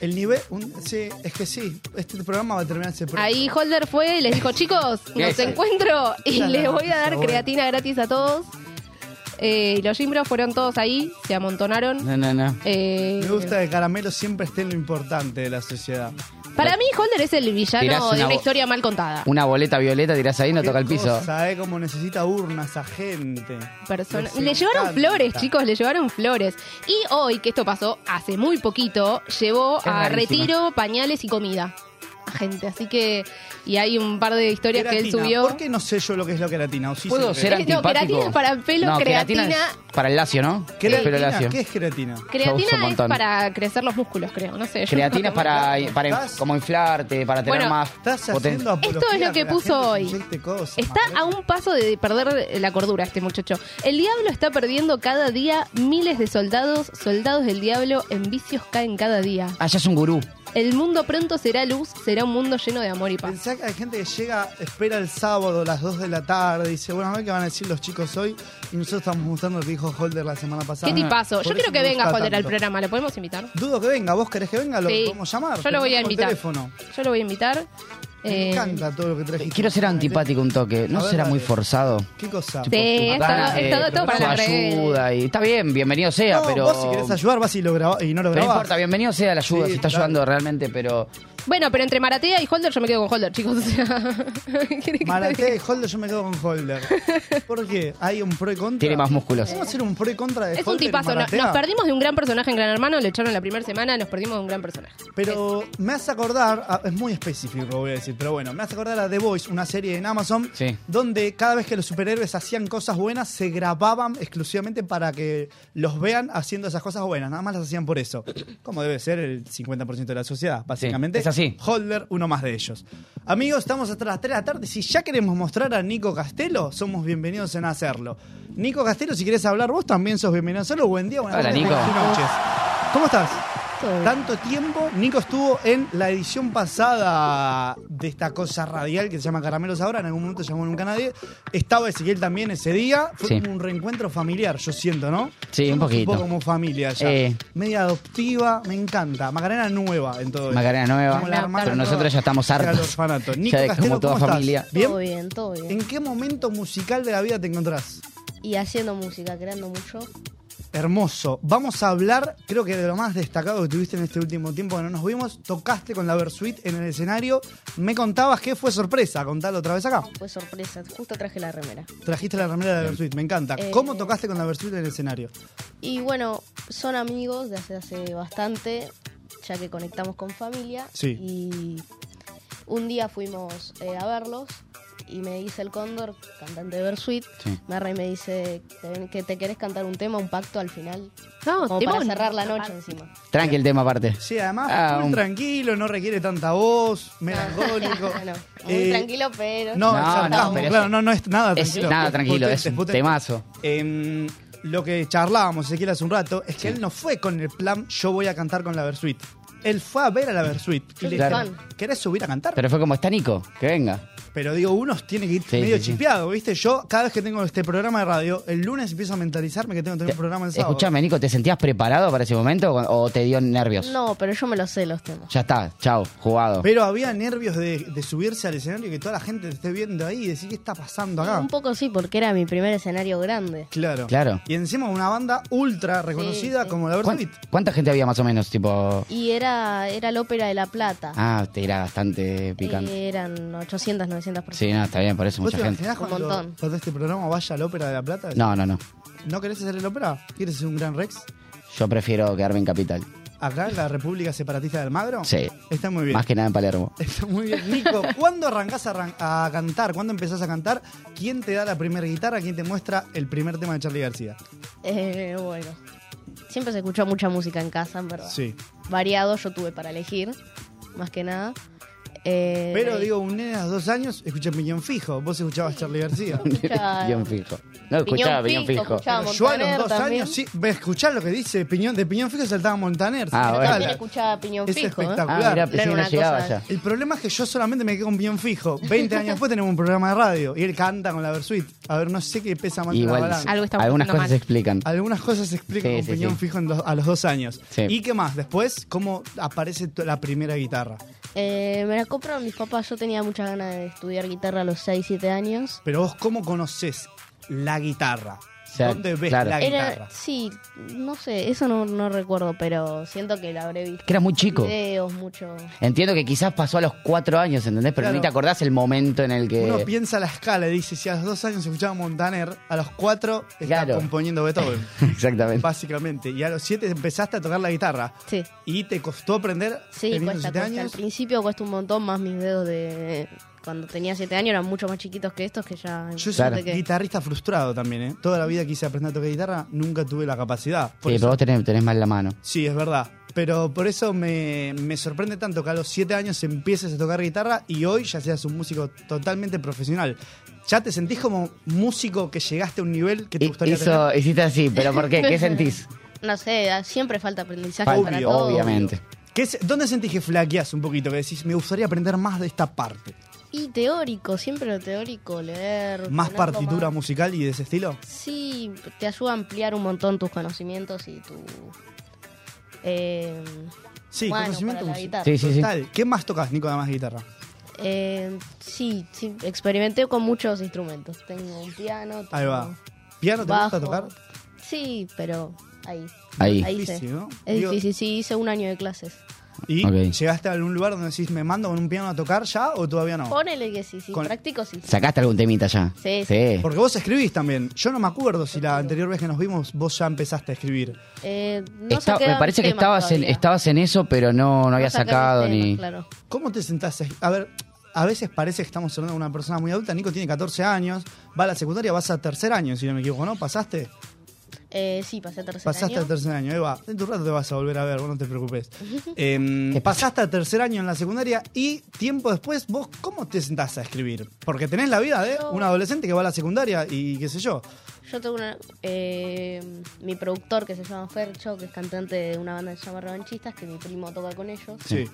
Speaker 2: El nivel. un- sí, es que sí. Este programa va a terminarse pronto.
Speaker 4: Ahí Holder fue y les dijo, chicos, nos
Speaker 3: Esa.
Speaker 4: encuentro y
Speaker 2: Esa es
Speaker 4: les
Speaker 2: la
Speaker 4: voy a dar
Speaker 2: noticia buena.
Speaker 4: creatina gratis a todos. Eh, y los gimbros fueron todos ahí, se amontonaron.
Speaker 3: No, no, no.
Speaker 4: Eh,
Speaker 2: Me gusta que Caramelo siempre esté en lo importante de la sociedad.
Speaker 4: Eh, Para mí Holder es el
Speaker 3: Tirás
Speaker 4: villano de
Speaker 3: una
Speaker 4: una
Speaker 3: bo-
Speaker 4: historia mal contada.
Speaker 3: Una boleta violeta tirás ahí y no
Speaker 2: Qué
Speaker 3: toca el piso.
Speaker 2: cosa, ¿eh? Cómo necesita urnas a gente.
Speaker 4: persona.
Speaker 2: Nos
Speaker 4: Le llevaron
Speaker 2: encanta.
Speaker 4: flores, chicos, le llevaron flores. Y hoy, que esto pasó hace muy poquito, llevó
Speaker 3: Es
Speaker 4: a
Speaker 3: rarísimo.
Speaker 4: retiro pañales y comida. a gente. Así que. Y hay un par de historias que él
Speaker 2: Queratina.
Speaker 4: subió.
Speaker 2: ¿Por qué no sé yo lo que es la queratina? ¿O sí
Speaker 3: ¿Puedo
Speaker 2: sé
Speaker 3: ser
Speaker 2: lo que
Speaker 4: Eh, no,
Speaker 3: antipático?
Speaker 4: queratina es para pelo,
Speaker 3: No,
Speaker 4: creatina-
Speaker 3: es para el lacio, ¿no?
Speaker 2: es? ¿Queratina?
Speaker 3: Pelo lacio.
Speaker 2: ¿Qué es queratina?
Speaker 3: Yo uso un
Speaker 4: Creatina es
Speaker 3: montón.
Speaker 4: para crecer los músculos, creo. No sé. yo no
Speaker 3: Creatina es para,
Speaker 4: tengo-
Speaker 3: para
Speaker 2: ¿Estás?
Speaker 3: como inflarte, para tener
Speaker 4: Bueno,
Speaker 3: más
Speaker 2: Estás haciendo
Speaker 3: potencia.
Speaker 2: apología
Speaker 4: Esto es lo
Speaker 2: a
Speaker 4: que
Speaker 2: la
Speaker 4: puso
Speaker 2: gente se
Speaker 4: hoy.
Speaker 2: inyecte cosas,
Speaker 4: Está
Speaker 2: Macarena.
Speaker 4: a un paso de perder la cordura este muchacho. El diablo está perdiendo cada día miles de soldados. Soldados del diablo en vicios caen cada día.
Speaker 3: Ah, ya es un gurú.
Speaker 4: El mundo pronto será luz, será un mundo lleno de amor y paz.
Speaker 2: Pensá que hay gente que llega, espera el sábado a las 2 de la tarde y dice, bueno, a ver qué van a decir los chicos hoy. Y nosotros estamos mostrando lo que dijo Holder la semana pasada.
Speaker 4: ¿Qué tipazo? Yo
Speaker 2: Por
Speaker 4: quiero
Speaker 2: eso
Speaker 4: que
Speaker 2: me
Speaker 4: venga
Speaker 2: gusta
Speaker 4: Holder al
Speaker 2: tanto.
Speaker 4: programa. ¿Lo podemos invitar?
Speaker 2: Dudo que venga, vos querés que venga, lo
Speaker 4: Sí.
Speaker 2: podemos llamar.
Speaker 4: Yo lo voy a
Speaker 2: Por
Speaker 4: invitar.
Speaker 2: teléfono.
Speaker 4: Yo lo voy a invitar.
Speaker 2: Me
Speaker 4: Eh,
Speaker 2: encanta todo lo que trajiste.
Speaker 3: Quiero ser antipático un toque.
Speaker 2: A
Speaker 3: ¿No
Speaker 2: ver,
Speaker 3: será muy
Speaker 2: dale.
Speaker 3: forzado?
Speaker 2: ¿Qué cosa?
Speaker 4: Sí, es todo-
Speaker 3: Dana,
Speaker 4: es Ah, todo-
Speaker 3: eh,
Speaker 4: todo para
Speaker 3: su
Speaker 4: la rebelde.
Speaker 3: ayuda y está bien, bienvenido sea,
Speaker 2: No,
Speaker 3: pero
Speaker 2: Vos si querés ayudar, vas y, lo grabás- y no lo
Speaker 3: pero no
Speaker 2: grabás.
Speaker 3: importa, bienvenido sea la ayuda,
Speaker 2: Sí,
Speaker 3: si está
Speaker 2: claro.
Speaker 3: ayudando realmente, pero
Speaker 4: Bueno, pero entre Maratea y Holder yo me quedo con Holder, chicos. O sea, ¿qué querés que te diga?
Speaker 2: Maratea y Holder, yo me quedo con Holder. ¿Por qué? Hay un pro y contra.
Speaker 3: Tiene más músculos.
Speaker 2: ¿Vamos a hacer un pro y contra de
Speaker 4: Es un
Speaker 2: Holder y
Speaker 4: tipazo. no-
Speaker 2: Maratea?
Speaker 4: nos perdimos de un gran personaje en Gran Hermano, lo echaron la primera semana, nos perdimos de un gran personaje.
Speaker 2: Pero me hace acordar, a- es muy específico lo que voy a decir, pero bueno, me hace acordar a The Voice, una serie en Amazon,
Speaker 3: Sí.
Speaker 2: donde cada vez que los superhéroes hacían cosas buenas, se grababan exclusivamente para que los vean haciendo esas cosas buenas, nada más las hacían por eso, como debe ser el 50% de la sociedad, básicamente.
Speaker 3: Sí, es así.
Speaker 2: Holder, uno más de ellos. Amigos, estamos hasta las 3 de la tarde, si ya queremos mostrar a Nico Castelo, somos bienvenidos en hacerlo. Nico Castelo, si quieres hablar vos, también sos bienvenido a hacerlo. Buen día, buenas
Speaker 3: Hola,
Speaker 2: tardes,
Speaker 3: Nico.
Speaker 2: buenas noches. ¿Cómo estás?
Speaker 4: Todo bien.
Speaker 2: Tanto tiempo. Nico estuvo en la edición pasada de esta cosa radial que se llama Caramelos Ahora. En algún momento llamó Nunca Nadie. Estaba Ezequiel también ese día. Fue
Speaker 3: Sí.
Speaker 2: como un reencuentro familiar, yo siento, ¿no?
Speaker 3: Sí, un
Speaker 2: Somos
Speaker 3: poquito.
Speaker 2: Un poco como familia ya.
Speaker 3: Eh.
Speaker 2: Media adoptiva, me encanta. Macarena nueva en todo esto.
Speaker 3: Macarena nueva,
Speaker 2: Como la hermana
Speaker 3: pero nosotros
Speaker 2: nueva.
Speaker 3: ya estamos
Speaker 2: Era el
Speaker 3: hartos.
Speaker 2: orfanato.
Speaker 3: Ya
Speaker 2: Nico
Speaker 3: de- como
Speaker 2: Castelo,
Speaker 3: toda
Speaker 2: ¿cómo estás?
Speaker 3: familia.
Speaker 5: Todo bien, todo bien.
Speaker 2: ¿En qué momento musical de la vida te encontrás?
Speaker 5: Y haciendo música, creando mucho.
Speaker 2: Hermoso. Vamos a hablar, creo que de lo más destacado que tuviste en este último tiempo que no nos vimos. Tocaste con la Versuit en el escenario. Me contabas que fue sorpresa. Contalo otra vez acá.
Speaker 5: Fue sorpresa, justo traje la remera.
Speaker 2: Trajiste la remera de la Versuit, me encanta.
Speaker 5: Eh,
Speaker 2: ¿Cómo tocaste con la Versuit en el escenario?
Speaker 5: Y bueno, son amigos de hace, hace bastante, ya que conectamos con familia.
Speaker 2: Sí.
Speaker 5: Y un día fuimos eh, a verlos y me dice el Cóndor, cantante de Bersuit,
Speaker 3: Sí.
Speaker 5: me agarra y me dice "Te ven- que te querés cantar un tema, un pacto al final.
Speaker 4: No,
Speaker 5: como
Speaker 4: temón.
Speaker 5: para cerrar la noche encima.
Speaker 3: Tranqui el tema aparte.
Speaker 2: Sí, además,
Speaker 3: Ah,
Speaker 2: full
Speaker 3: un-
Speaker 2: tranquilo, no requiere tanta voz, melancólico.
Speaker 5: Bueno, muy
Speaker 2: Eh,
Speaker 5: tranquilo, pero...
Speaker 2: No,
Speaker 3: No,
Speaker 2: el
Speaker 3: no,
Speaker 2: sarcasmo,
Speaker 3: pero es-
Speaker 2: claro, no, no es nada
Speaker 3: es
Speaker 2: tranquilo.
Speaker 3: nada tranquilo,
Speaker 2: potente,
Speaker 3: es un
Speaker 2: potente.
Speaker 3: temazo.
Speaker 2: Em, lo que charlábamos, Ezequiel, hace un rato, es que él no fue con el plan yo voy a cantar con la Versuit. Él fue a ver a la Versuit. Y
Speaker 5: Yo
Speaker 2: le
Speaker 5: soy
Speaker 2: dijeron, ¿querés subir a cantar?
Speaker 3: Pero fue como está Nico, que venga.
Speaker 2: Pero digo, unos tiene que ir
Speaker 3: Sí,
Speaker 2: medio
Speaker 3: sí, sí.
Speaker 2: chipeado, ¿viste? Yo, cada vez que tengo este programa de radio, el lunes empiezo a mentalizarme que tengo que tener un programa el sábado.
Speaker 3: Escuchame, Nico, ¿te sentías preparado para ese momento o o te dio nervios?
Speaker 5: No, pero yo me lo sé los temas.
Speaker 3: Ya está, chao, jugado.
Speaker 2: Pero había nervios de, de subirse al escenario y que toda la gente te esté viendo ahí y decir, ¿qué está pasando acá?
Speaker 5: Un poco sí, porque era mi primer escenario grande.
Speaker 2: Claro.
Speaker 3: Claro.
Speaker 2: Y encima una banda ultra reconocida
Speaker 5: sí.
Speaker 2: como la
Speaker 3: ¿Cuán-
Speaker 2: Versuit.
Speaker 3: ¿Cuánta gente había más o menos? Tipo.
Speaker 5: Y era, era la ópera de La Plata. Eh,
Speaker 3: Ah, te era bastante
Speaker 6: Eh,
Speaker 3: picante.
Speaker 5: Eran 800, 900 personas.
Speaker 3: Sí, no, está bien, por eso
Speaker 2: ¿Vos
Speaker 3: mucha
Speaker 2: te
Speaker 3: gente.
Speaker 2: imaginás
Speaker 5: Un
Speaker 2: cuando,
Speaker 5: montón.
Speaker 2: cuando este programa vaya a la Ópera de la Plata?
Speaker 3: No, no, no.
Speaker 2: ¿No querés hacer el ópera? ¿Quieres ser un gran Rex?
Speaker 3: Yo prefiero quedarme en Capital.
Speaker 2: ¿Acá en la República Separatista del Magro?
Speaker 3: Sí.
Speaker 2: Está muy bien.
Speaker 3: Más que nada en Palermo.
Speaker 2: Está muy bien. Nico, ¿cuándo arrancás a, arran- a cantar? ¿Cuándo empezás a cantar? ¿Quién te da la primera guitarra? ¿Quién te muestra el primer tema de Charlie García?
Speaker 5: Eh, bueno. Siempre se escuchó mucha música en casa, en
Speaker 3: Ah.
Speaker 5: verdad.
Speaker 2: Sí.
Speaker 5: Variado yo tuve para elegir, más que nada. Eh,
Speaker 2: Pero digo, un nene de los dos años escucha Piñón Fijo. Vos escuchabas Charlie García.
Speaker 5: escuchaba-
Speaker 3: Piñón fijo. No escuchaba Piñón fijo.
Speaker 5: escuchaba
Speaker 2: Yo a los
Speaker 5: Montaner
Speaker 2: dos
Speaker 5: también.
Speaker 2: años, sí, ve, escuchá lo que dice Piñón, de Piñón Fijo saltaba Montaner.
Speaker 3: Ah,
Speaker 2: se
Speaker 3: bueno.
Speaker 5: También
Speaker 2: cala.
Speaker 5: escuchaba Piñón
Speaker 2: Es
Speaker 5: Fijo. ¿eh?
Speaker 2: espectacular.
Speaker 3: Ah, mirá,
Speaker 5: Era
Speaker 3: pensé que
Speaker 5: una
Speaker 3: no llegaba
Speaker 5: cosa-
Speaker 3: ya.
Speaker 2: El problema es que yo solamente me quedo con Piñón Fijo. 20 años después tenemos un programa de radio y él canta con la Versuit. A ver, no sé qué pesa más que la
Speaker 3: Igual,
Speaker 2: balanza.
Speaker 4: Algo estamos
Speaker 3: algunas
Speaker 4: haciendo
Speaker 3: cosas
Speaker 4: mal.
Speaker 3: se explican.
Speaker 2: Algunas cosas se explican
Speaker 3: Sí,
Speaker 2: con
Speaker 3: sí,
Speaker 2: Piñón
Speaker 3: sí.
Speaker 2: Fijo en los- a los dos años.
Speaker 3: Sí.
Speaker 2: ¿Y qué más? Después, ¿cómo aparece tu- la primera guitarra?
Speaker 5: Eh, me la compraron mis papás. Yo tenía muchas ganas de estudiar guitarra a los 6, 7 años.
Speaker 2: Pero vos, ¿cómo conoces la guitarra?
Speaker 3: sea,
Speaker 2: ¿Dónde ves
Speaker 3: claro.
Speaker 2: la
Speaker 6: Era-
Speaker 2: guitarra?
Speaker 6: sí, no sé, eso no, no recuerdo, pero siento que la habré visto.
Speaker 3: Que eras muy chico.
Speaker 6: Videos, mucho.
Speaker 3: Entiendo que quizás pasó a los cuatro años, ¿entendés? Pero
Speaker 2: Claro.
Speaker 3: ni te acordás el momento en el que...
Speaker 2: Uno piensa la escala y dice, si a los dos años escuchaba Montaner, a los cuatro está
Speaker 3: Claro.
Speaker 2: componiendo Beethoven,
Speaker 3: Exactamente.
Speaker 2: básicamente. Y a los siete empezaste a tocar la guitarra.
Speaker 6: Sí,
Speaker 2: ¿Y te costó aprender
Speaker 6: sí,
Speaker 2: teniendo
Speaker 6: cuesta,
Speaker 2: siete
Speaker 6: cuesta. Al
Speaker 2: años?
Speaker 6: principio cuesta un montón más mis dedos de... Cuando tenía 7 años eran mucho más chiquitos que estos que ya...
Speaker 2: Yo soy
Speaker 3: Claro.
Speaker 2: un guitarrista frustrado también, ¿eh? Toda la vida quise aprender a tocar guitarra, nunca tuve la capacidad. Por
Speaker 3: Sí,
Speaker 2: eso-
Speaker 3: pero vos tenés, tenés mal la mano.
Speaker 2: Sí, es verdad. Pero por eso me, me sorprende tanto que a los 7 años empieces a tocar guitarra y hoy ya seas un músico totalmente profesional. ¿Ya te sentís como músico que llegaste a un nivel que te
Speaker 3: Hi-
Speaker 2: gustaría
Speaker 3: hizo- hiciste así, pero ¿por qué? ¿Qué sentís?
Speaker 6: No sé, ah, siempre falta aprendizaje
Speaker 3: Falta,
Speaker 6: para todo.
Speaker 3: obviamente.
Speaker 2: tener? ¿Qué es- ¿Dónde sentís que flaqueás un poquito? Que decís, me gustaría aprender más de esta parte.
Speaker 6: Y teórico, siempre lo teórico, leer...
Speaker 2: Más
Speaker 6: tener
Speaker 2: partitura
Speaker 6: como-
Speaker 2: musical y de ese estilo.
Speaker 6: Sí, te ayuda a ampliar un montón tus conocimientos y tu... Eh,
Speaker 2: Sí,
Speaker 6: mano
Speaker 2: conocimiento
Speaker 6: para la
Speaker 2: musical.
Speaker 6: guitarra.
Speaker 3: Sí, sí, sí.
Speaker 2: Total. ¿Qué más tocas, Nico, además de guitarra?
Speaker 6: Eh, sí, sí, experimenté con muchos instrumentos. Tengo un piano. Tengo
Speaker 2: Ahí va. ¿Piano te gusta
Speaker 6: Uh. bajo.
Speaker 2: tocar?
Speaker 6: Sí, pero ahí.
Speaker 3: Ahí.
Speaker 6: Ahí sé.
Speaker 2: Difícil, ¿no?
Speaker 6: Es
Speaker 2: Digo-
Speaker 6: difícil, sí, hice un año de clases.
Speaker 2: ¿Y
Speaker 3: Ok.
Speaker 2: llegaste a algún lugar donde decís, me mando con un piano a tocar ya o todavía no?
Speaker 6: Ponele que sí, sí,
Speaker 2: Con-
Speaker 6: practico sí.
Speaker 3: ¿Sacaste algún temita ya?
Speaker 6: Sí, sí.
Speaker 2: Porque vos escribís también. Yo no me acuerdo si la anterior vez que nos vimos vos ya empezaste a escribir.
Speaker 6: Eh, no
Speaker 3: Está-
Speaker 6: saqué
Speaker 3: me parece que
Speaker 6: temas
Speaker 3: estabas en,
Speaker 6: todavía.
Speaker 3: estabas en eso, pero no, no, había
Speaker 6: saqué mis
Speaker 3: sacado
Speaker 6: temas,
Speaker 3: ni...
Speaker 6: Claro.
Speaker 2: ¿Cómo te sentás? a- A ver, a veces parece que estamos hablando de una persona muy adulta. Nico tiene 14 años, va a la secundaria, vas a tercer año, si no me equivoco, ¿no? ¿Pasaste?
Speaker 6: Eh, sí, pasé a tercer
Speaker 2: pasaste
Speaker 6: año.
Speaker 2: a tercer año, Eva. En tu rato te vas a volver a ver, vos no te preocupes. Em, pasaste a tercer año en la secundaria y tiempo después, vos, ¿cómo te sentás a escribir? Porque tenés la vida de
Speaker 6: Yo-
Speaker 2: un adolescente que va a la secundaria y qué sé yo.
Speaker 6: Yo tengo una, eh, mi productor que se llama Fercho, que es cantante de una banda que se llama Revanchistas, que mi primo toca con ellos.
Speaker 2: Sí.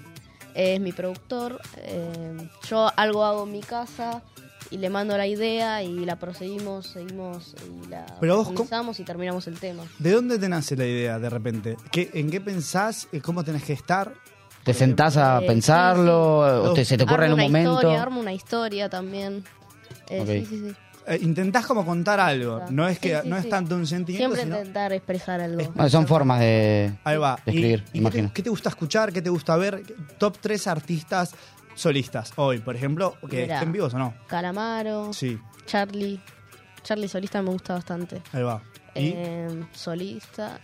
Speaker 6: es mi productor. eh, yo algo hago en mi casa y le mando la idea y la procedimos, seguimos y la
Speaker 2: Pero vos, ¿cómo-
Speaker 6: comenzamos y terminamos el tema.
Speaker 2: ¿De dónde te nace la idea de repente? ¿Qué, ¿En qué pensás? Eh, ¿Cómo tenés que estar?
Speaker 3: ¿Te sentás a
Speaker 6: Eh,
Speaker 3: pensarlo?
Speaker 2: sí.
Speaker 3: ¿O te- se te ocurre en
Speaker 6: Armo
Speaker 3: un
Speaker 6: una
Speaker 3: momento?
Speaker 6: Historia, armo una historia también. Eh,
Speaker 3: Ok.
Speaker 6: Sí, sí, sí.
Speaker 2: Eh, intentás como contar algo. No es que
Speaker 6: Sí, sí,
Speaker 2: no es
Speaker 6: sí.
Speaker 2: tanto un sentimiento,
Speaker 6: Siempre
Speaker 2: sino-
Speaker 6: intentar expresar algo.
Speaker 3: Bueno, son formas de...
Speaker 2: Ahí va.
Speaker 3: de escribir,
Speaker 2: ¿Y, y qué, te,
Speaker 3: imagino.
Speaker 2: qué te gusta escuchar? ¿Qué te gusta ver? Top 3 artistas solistas hoy, por ejemplo, que
Speaker 6: Mirá.
Speaker 2: estén vivos o no.
Speaker 6: Calamaro,
Speaker 2: Sí,
Speaker 6: Charlie. Charlie Solista me gusta bastante.
Speaker 2: ahí va. ¿Y?
Speaker 6: Eh, solista.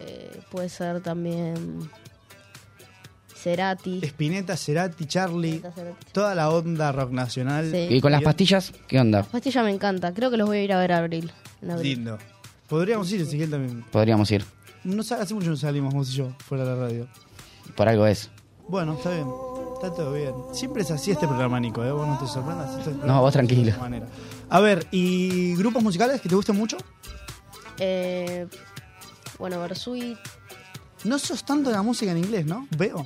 Speaker 6: eh, puede ser también Cerati.
Speaker 2: Spinetta, Cerati, Charlie,
Speaker 6: Cerati.
Speaker 2: toda la onda rock nacional.
Speaker 6: Sí.
Speaker 3: ¿Y con las
Speaker 2: Bien.
Speaker 3: pastillas? ¿Qué onda?
Speaker 6: Pastilla me encanta, creo que los voy a ir a ver a abril. en abril.
Speaker 2: Lindo. Podríamos ir, Ezequiel, también.
Speaker 3: Podríamos ir.
Speaker 2: No, sa- hace mucho no salimos vos y yo fuera de la radio.
Speaker 3: Por algo es.
Speaker 2: Bueno, está bien. Está todo bien. Siempre es así este programa, Nico, ¿eh? Vos no te sorprendas. esto es
Speaker 3: No, vos tranquilo.
Speaker 2: de esta manera. A ver, ¿y grupos musicales que te gusten mucho?
Speaker 6: Eh, bueno, Versuit.
Speaker 2: No sos tanto de la música en inglés, ¿no? Veo.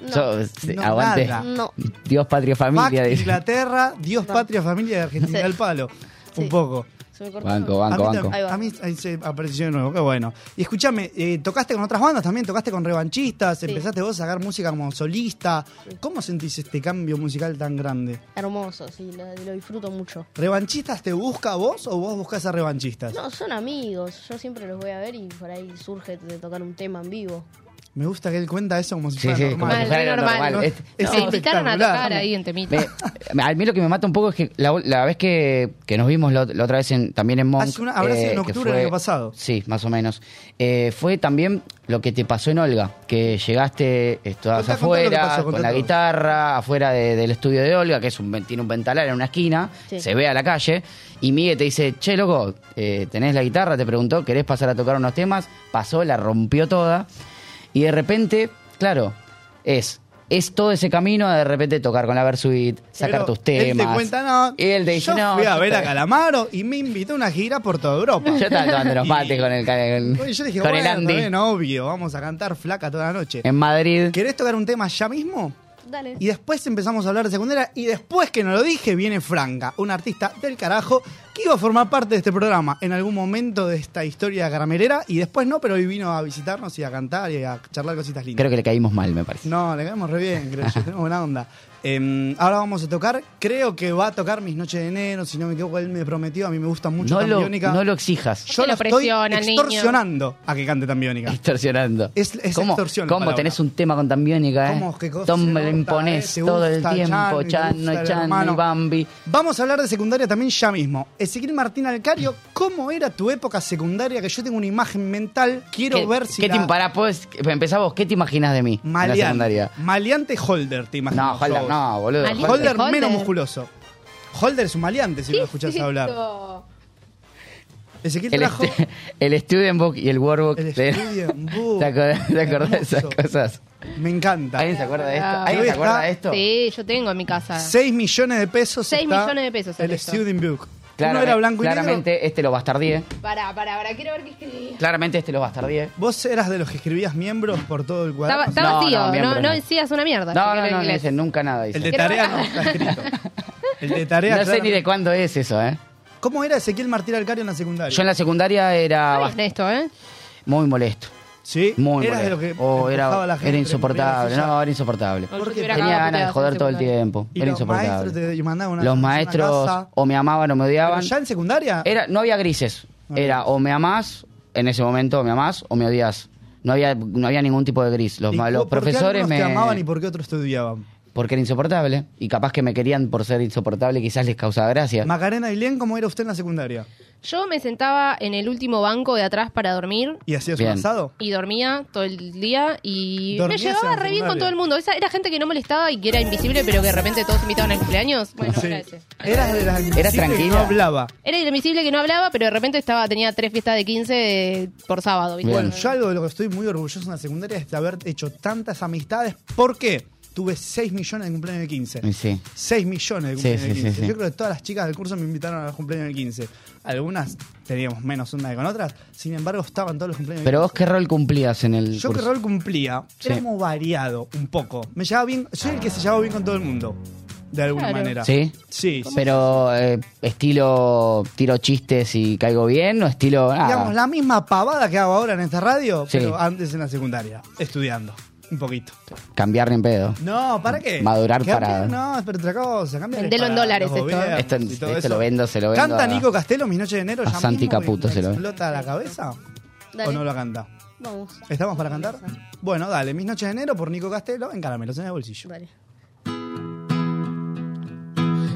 Speaker 6: No, Mm,
Speaker 3: So- se-
Speaker 2: No,
Speaker 3: eh, aguante.
Speaker 2: nada.
Speaker 6: no.
Speaker 3: Dios, patria,
Speaker 2: Mac,
Speaker 3: familia. dice.
Speaker 2: Inglaterra, Dios, patria, familia de Argentina
Speaker 6: Sí.
Speaker 2: al palo. Un
Speaker 6: Sí.
Speaker 2: poco.
Speaker 6: se me cortó.
Speaker 3: Banco, banco,
Speaker 2: a mí,
Speaker 3: banco.
Speaker 2: tam-
Speaker 6: Ahí va.
Speaker 2: a mí ahí se apareció de nuevo, qué bueno. Y escúchame, eh, tocaste con otras bandas también, tocaste con revanchistas, empezaste vos a sacar música como solista. ¿Cómo sentís este cambio musical tan grande?
Speaker 6: Hermoso, sí, lo, lo disfruto mucho.
Speaker 2: ¿Revanchistas te busca a vos o vos buscas a revanchistas?
Speaker 6: No, son amigos, yo siempre los voy a ver y por ahí surge de tocar un tema en vivo.
Speaker 2: Me gusta que él cuenta eso como si
Speaker 3: Sí,
Speaker 2: fuera
Speaker 3: sí, como
Speaker 2: normal.
Speaker 3: si
Speaker 4: Mal,
Speaker 3: fuera
Speaker 4: normal.
Speaker 3: normal.
Speaker 2: No,
Speaker 3: Es-
Speaker 2: es
Speaker 4: Nos invitaron a
Speaker 2: espectacular.
Speaker 4: tocar ahí en temita.
Speaker 3: Me- a mí lo que me mata un poco es que la, la vez que, que nos vimos la, la otra vez en- también en Monk... eh,
Speaker 2: Hace Ah, una- habrá sido en
Speaker 3: que
Speaker 2: octubre del año pasado.
Speaker 3: Sí, más o menos. Eh, fue también lo que te pasó en Olga, que llegaste, estabas
Speaker 2: Contá, contá lo que
Speaker 3: afuera,
Speaker 2: pasó, contá
Speaker 3: con la
Speaker 2: todo.
Speaker 3: guitarra, afuera de- del estudio de Olga, que es un, ven- tiene un ventanal en una esquina,
Speaker 6: Sí.
Speaker 3: se ve a la calle, y Miguel te dice, che, loco, eh, ¿tenés la guitarra? Te preguntó, ¿querés pasar a tocar unos temas? Pasó, la rompió toda. Y de repente, claro, es... Es todo ese camino de de repente tocar con la Versuit, sacar
Speaker 2: Pero
Speaker 3: tus temas.
Speaker 2: Él te cuenta, no.
Speaker 3: Él te dice,
Speaker 2: yo
Speaker 3: no.
Speaker 2: fui a
Speaker 3: yo
Speaker 2: ver a
Speaker 3: te-
Speaker 2: Calamaro y me invitó a una gira por toda Europa.
Speaker 3: Yo estaba tomando los
Speaker 2: Y-
Speaker 3: mates con el, con,
Speaker 2: Oye, yo dije,
Speaker 3: con
Speaker 2: bueno,
Speaker 3: el Andy. Em-
Speaker 2: también, obvio, vamos a cantar flaca toda la noche.
Speaker 3: En Madrid.
Speaker 2: ¿Querés tocar un tema ya mismo?
Speaker 5: Dale.
Speaker 2: Y después empezamos a hablar de secundaria. Y después que no lo dije, viene Franca, una artista del carajo que iba a formar parte de este programa en algún momento de esta historia caramelera. Y después no, pero hoy vino a visitarnos y a cantar y a charlar cositas lindas.
Speaker 3: Creo que le caímos mal, me parece.
Speaker 2: No, le caemos re bien, creo yo. Tenemos buena onda. Em, ahora vamos a tocar, creo que va a tocar Mis Noches de Enero, si no me equivoco, él me prometió, a mí me gusta mucho
Speaker 3: No
Speaker 2: Tan
Speaker 3: lo,
Speaker 2: Biónica.
Speaker 3: no lo exijas.
Speaker 2: Yo
Speaker 4: Te lo
Speaker 2: estoy
Speaker 4: presiona, niño.
Speaker 2: extorsionando a que cante Tan Biónica.
Speaker 3: Distorsionando.
Speaker 2: Es- es
Speaker 3: ¿Cómo,
Speaker 2: extorsión la
Speaker 3: cómo
Speaker 2: palabra.
Speaker 3: tenés un tema con Tambiónica, eh?
Speaker 2: ¿Cómo? ¿Qué cosa?
Speaker 3: Tom
Speaker 2: Se
Speaker 3: me lo
Speaker 2: nota,
Speaker 3: imponés
Speaker 2: eh, te
Speaker 3: todo el
Speaker 2: gusta,
Speaker 3: tiempo,
Speaker 2: Chano, te gusta
Speaker 3: Chano,
Speaker 2: el
Speaker 3: Chano
Speaker 2: hermano.
Speaker 3: y Bambi.
Speaker 2: Vamos a hablar de secundaria también ya mismo. Ezequiel Martín Alcario, ¿cómo era tu época secundaria? Que yo tengo una imagen mental, quiero
Speaker 3: ¿Qué,
Speaker 2: ver si
Speaker 3: qué
Speaker 2: la-
Speaker 3: te pará, pues, empezá vos, ¿qué te imaginas de mí en la
Speaker 2: Maleante,
Speaker 3: secundaria?
Speaker 2: maleante Holder, te imagino.
Speaker 3: No,
Speaker 2: yo a
Speaker 3: Holder,
Speaker 2: vos.
Speaker 3: no, boludo.
Speaker 4: Maldito.
Speaker 3: Holder.
Speaker 2: Holder,
Speaker 4: Holder.
Speaker 2: menos musculoso. Holder es un maleante, si lo escuchás hablar. Ezequiel
Speaker 3: El,
Speaker 2: trajo
Speaker 3: estu- el Student Book y el Workbook.
Speaker 2: el
Speaker 3: de-
Speaker 2: estudio en Book.
Speaker 3: ¿Te acordás, te acordás de esas
Speaker 2: Hermoso.
Speaker 3: cosas?
Speaker 2: Me encanta.
Speaker 3: ¿Alguien se acuerda de esto?
Speaker 4: Ah.
Speaker 3: ¿Alguien se
Speaker 2: Ahí
Speaker 3: acuerda
Speaker 2: está.
Speaker 3: de esto?
Speaker 4: Sí, yo tengo en mi casa.
Speaker 2: 6 millones de pesos.
Speaker 4: Seis
Speaker 2: está
Speaker 4: millones de pesos sale
Speaker 2: El
Speaker 4: esto.
Speaker 2: Student Book. Uno
Speaker 3: Claramente,
Speaker 2: era blanco y
Speaker 3: claramente
Speaker 2: negro.
Speaker 3: este lo bastardié.
Speaker 4: Pará, pará, pará, quiero ver qué escribí.
Speaker 3: Claramente este lo bastardié.
Speaker 2: Vos eras de los que escribías miembros por todo el
Speaker 4: Está,
Speaker 2: cuaderno.
Speaker 4: está
Speaker 3: No, no,
Speaker 4: vacío, no,
Speaker 3: miembro,
Speaker 4: no,
Speaker 3: no.
Speaker 4: decías una mierda.
Speaker 3: No,
Speaker 4: si
Speaker 3: no,
Speaker 4: quiero
Speaker 3: no, no
Speaker 4: inglés.
Speaker 3: dice nunca nada. Dice.
Speaker 2: El de
Speaker 4: Creo-
Speaker 2: tarea no está escrito. El de tarea.
Speaker 3: No sé ni
Speaker 2: claramente.
Speaker 3: de cuándo es eso, ¿eh?
Speaker 2: ¿Cómo era Ezequiel Martín Alcario en la secundaria?
Speaker 3: Yo en la secundaria era
Speaker 4: Está
Speaker 3: bast-
Speaker 4: bien esto, ¿eh?
Speaker 3: muy molesto.
Speaker 2: Sí,
Speaker 3: Muy
Speaker 2: eras de
Speaker 3: molesto.
Speaker 2: lo que
Speaker 3: Oh,
Speaker 2: empujaba
Speaker 3: era,
Speaker 2: a la gente,
Speaker 3: era insoportable.
Speaker 2: rompía la
Speaker 3: No, era insoportable.
Speaker 4: Yo
Speaker 2: Porque
Speaker 4: te hubiera
Speaker 3: Tenía
Speaker 4: cagado a
Speaker 3: ganas
Speaker 4: puteadas
Speaker 3: de joder
Speaker 4: en
Speaker 3: todo el
Speaker 4: secundaria.
Speaker 3: tiempo.
Speaker 2: Y
Speaker 3: era
Speaker 2: los maestros
Speaker 3: insoportable.
Speaker 2: te mandaban una-
Speaker 3: los
Speaker 2: una
Speaker 3: maestros
Speaker 2: casa.
Speaker 3: o me amaban o me
Speaker 2: Pero
Speaker 3: odiaban.
Speaker 2: ya en secundaria. Ah.
Speaker 3: Era, no había grises. Era o me amás, en ese momento o me amás o me odias. No había, no había ningún tipo de gris. Los,
Speaker 2: ¿Y
Speaker 3: ma- los
Speaker 2: por qué
Speaker 3: profesores
Speaker 2: algunos
Speaker 3: me.
Speaker 2: te amaban y por qué otros te odiaban?
Speaker 3: Porque era insoportable. Y capaz que me querían por ser insoportable, quizás les causaba gracia.
Speaker 2: Macarena Ailén, ¿cómo era usted en la secundaria?
Speaker 4: Yo me sentaba en el último banco de atrás para dormir
Speaker 2: ¿Y hacías
Speaker 3: Bien.
Speaker 2: un asado?
Speaker 4: y dormía todo el día y me
Speaker 2: Dormías
Speaker 4: llevaba
Speaker 2: en la
Speaker 4: re bien
Speaker 2: secundaria.
Speaker 4: con todo el mundo. Esa era gente que no molestaba y que era invisible, pero que de repente todos invitaban al cumpleaños. Bueno,
Speaker 2: Sí.
Speaker 4: era ese.
Speaker 2: Eras de las
Speaker 3: Era
Speaker 2: sí, que
Speaker 3: tranquila.
Speaker 2: No hablaba.
Speaker 4: Era el invisible que no hablaba, pero de repente estaba tenía tres fiestas de 15 de- por sábado, ¿viste?
Speaker 3: Bien.
Speaker 2: Bueno, yo algo de lo que estoy muy orgulloso en la secundaria es de haber hecho tantas amistades. ¿Por qué? Tuve 6 millones de cumpleaños de 15.
Speaker 3: Y Sí.
Speaker 2: 6 millones de
Speaker 3: Sí,
Speaker 2: cumpleaños de
Speaker 3: sí,
Speaker 2: 15.
Speaker 3: sí, sí.
Speaker 2: Yo creo que todas las chicas del curso me invitaron a los cumpleaños del 15. Algunas teníamos menos onda que con otras, sin embargo estaban todos los cumpleaños del
Speaker 3: Pero vos qué rol cumplías en el.
Speaker 2: 15. Yo que
Speaker 3: curso?
Speaker 2: rol cumplía, era
Speaker 3: Sí.
Speaker 2: como variado un poco. Me llevaba bien, soy el que se llevaba bien con todo el mundo, de alguna
Speaker 4: Claro.
Speaker 2: manera.
Speaker 3: ¿Sí?
Speaker 2: Sí, sí.
Speaker 3: Pero eh, estilo tiro chistes y caigo bien o estilo... ah,
Speaker 2: Digamos, la misma pavada que hago ahora en esta radio,
Speaker 3: Sí.
Speaker 2: pero antes en la secundaria, estudiando. Un poquito.
Speaker 3: Cambiar ni en pedo.
Speaker 2: No, ¿para qué?
Speaker 3: Madurar
Speaker 2: Cambia-
Speaker 3: para-
Speaker 2: No, espera otra cosa. cambia el
Speaker 4: Vendelo en
Speaker 2: para
Speaker 4: dólares
Speaker 2: los
Speaker 4: esto.
Speaker 2: gobiernos
Speaker 3: Esto-
Speaker 2: y todo
Speaker 3: esto lo
Speaker 2: eso.
Speaker 3: vendo, se lo vendo
Speaker 2: ¿Canta
Speaker 3: a-
Speaker 2: Nico Castelo Mis Noches de Enero?
Speaker 3: a
Speaker 2: ya
Speaker 3: Santi
Speaker 2: mismo?
Speaker 3: Caputo
Speaker 2: ¿Me
Speaker 3: se lo-
Speaker 2: ¿Explota la cabeza?
Speaker 5: Dale.
Speaker 2: ¿O no la canta?
Speaker 5: Vamos.
Speaker 2: ¿Estamos para cantar? Bueno, dale, Mis Noches de Enero por Nico Castelo en Caramelos en el bolsillo.
Speaker 5: Dale.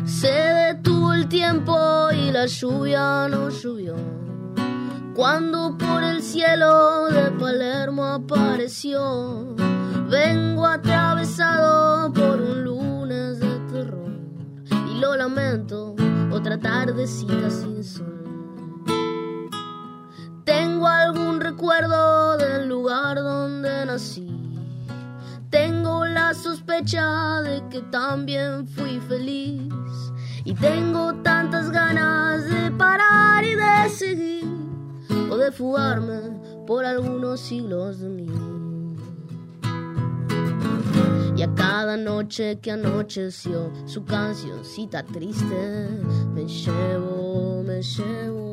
Speaker 5: Se detuvo el tiempo y la lluvia no llovió. Cuando por el cielo de Palermo apareció, vengo atravesado por un lunes de terror. Y lo lamento, otra tardecita sin sol. Tengo algún recuerdo del lugar donde nací. Tengo la sospecha de que también fui feliz y tengo tantas ganas de parar y de seguir o de fugarme por algunos siglos de mí. Y a cada noche que anocheció su cancioncita triste me llevo, me llevo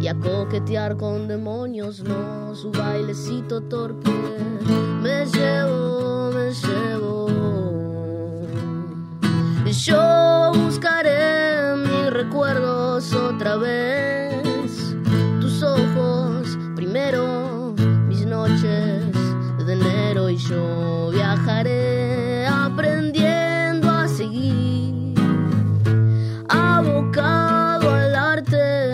Speaker 5: y a coquetear con demonios, no su bailecito torpe. Me llevo, me llevo. Yo buscaré mis recuerdos otra vez, tus ojos primero, mis noches de enero y yo viajaré aprendiendo a seguir abocado al arte de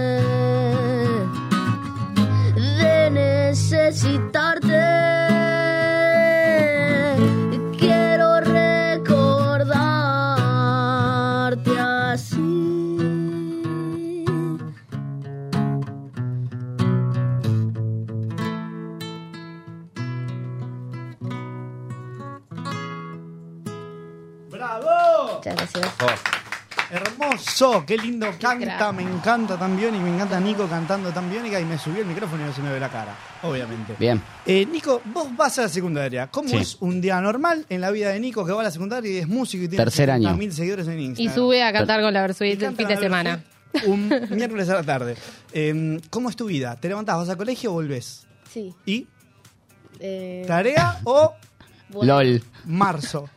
Speaker 5: necesitarte. Quiero recordarte así.
Speaker 2: ¡Bravo!
Speaker 5: Muchas gracias.
Speaker 2: Hermoso, qué lindo canta,
Speaker 4: crack.
Speaker 2: me encanta también y me encanta Nico cantando tan biónica y me subió el micrófono y no se me ve la cara, obviamente.
Speaker 3: Bien.
Speaker 2: Eh, Nico, vos vas a la secundaria. ¿Cómo
Speaker 7: Sí.
Speaker 2: es un día normal en la vida de Nico que va a la secundaria y es músico y tiene
Speaker 3: Tercer año.
Speaker 2: mil seguidores en
Speaker 4: Y
Speaker 2: Instagram?
Speaker 4: sube a cantar con la Versuit
Speaker 2: Te
Speaker 4: el fin
Speaker 2: cantan
Speaker 4: de
Speaker 2: a
Speaker 4: semana.
Speaker 2: los- Un miércoles a la tarde. Eh, ¿Cómo es tu vida? ¿Te levantás, vas al colegio o volvés?
Speaker 6: Sí.
Speaker 2: ¿Y?
Speaker 6: eh,
Speaker 2: ¿Tarea o
Speaker 6: bueno,
Speaker 3: LOL.
Speaker 2: marzo?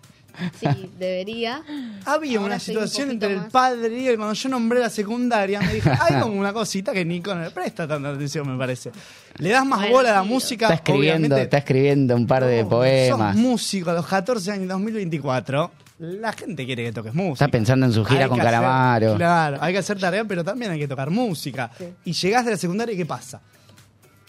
Speaker 6: Sí, debería.
Speaker 2: Había
Speaker 6: Ahora
Speaker 2: una
Speaker 6: soy un
Speaker 2: situación
Speaker 6: poquito
Speaker 2: entre el
Speaker 6: más.
Speaker 2: padre y el cuando yo nombré la secundaria, me dijo, hay como una cosita que Nico no le presta tanta atención, me parece. Le das más
Speaker 6: Bueno,
Speaker 2: bola a la
Speaker 6: sí.
Speaker 2: música,
Speaker 3: Está escribiendo,
Speaker 2: obviamente.
Speaker 3: está escribiendo un par de
Speaker 2: Oh,
Speaker 3: poemas.
Speaker 2: Sos músico a los 14 años 2024. La gente quiere que toques música.
Speaker 3: Está pensando en su gira
Speaker 2: Hay
Speaker 3: con
Speaker 2: que hacer-
Speaker 3: Calamaro.
Speaker 2: claro, hay que hacer tarea, pero también hay que tocar música.
Speaker 6: Sí.
Speaker 2: Y llegás de la secundaria y ¿qué pasa?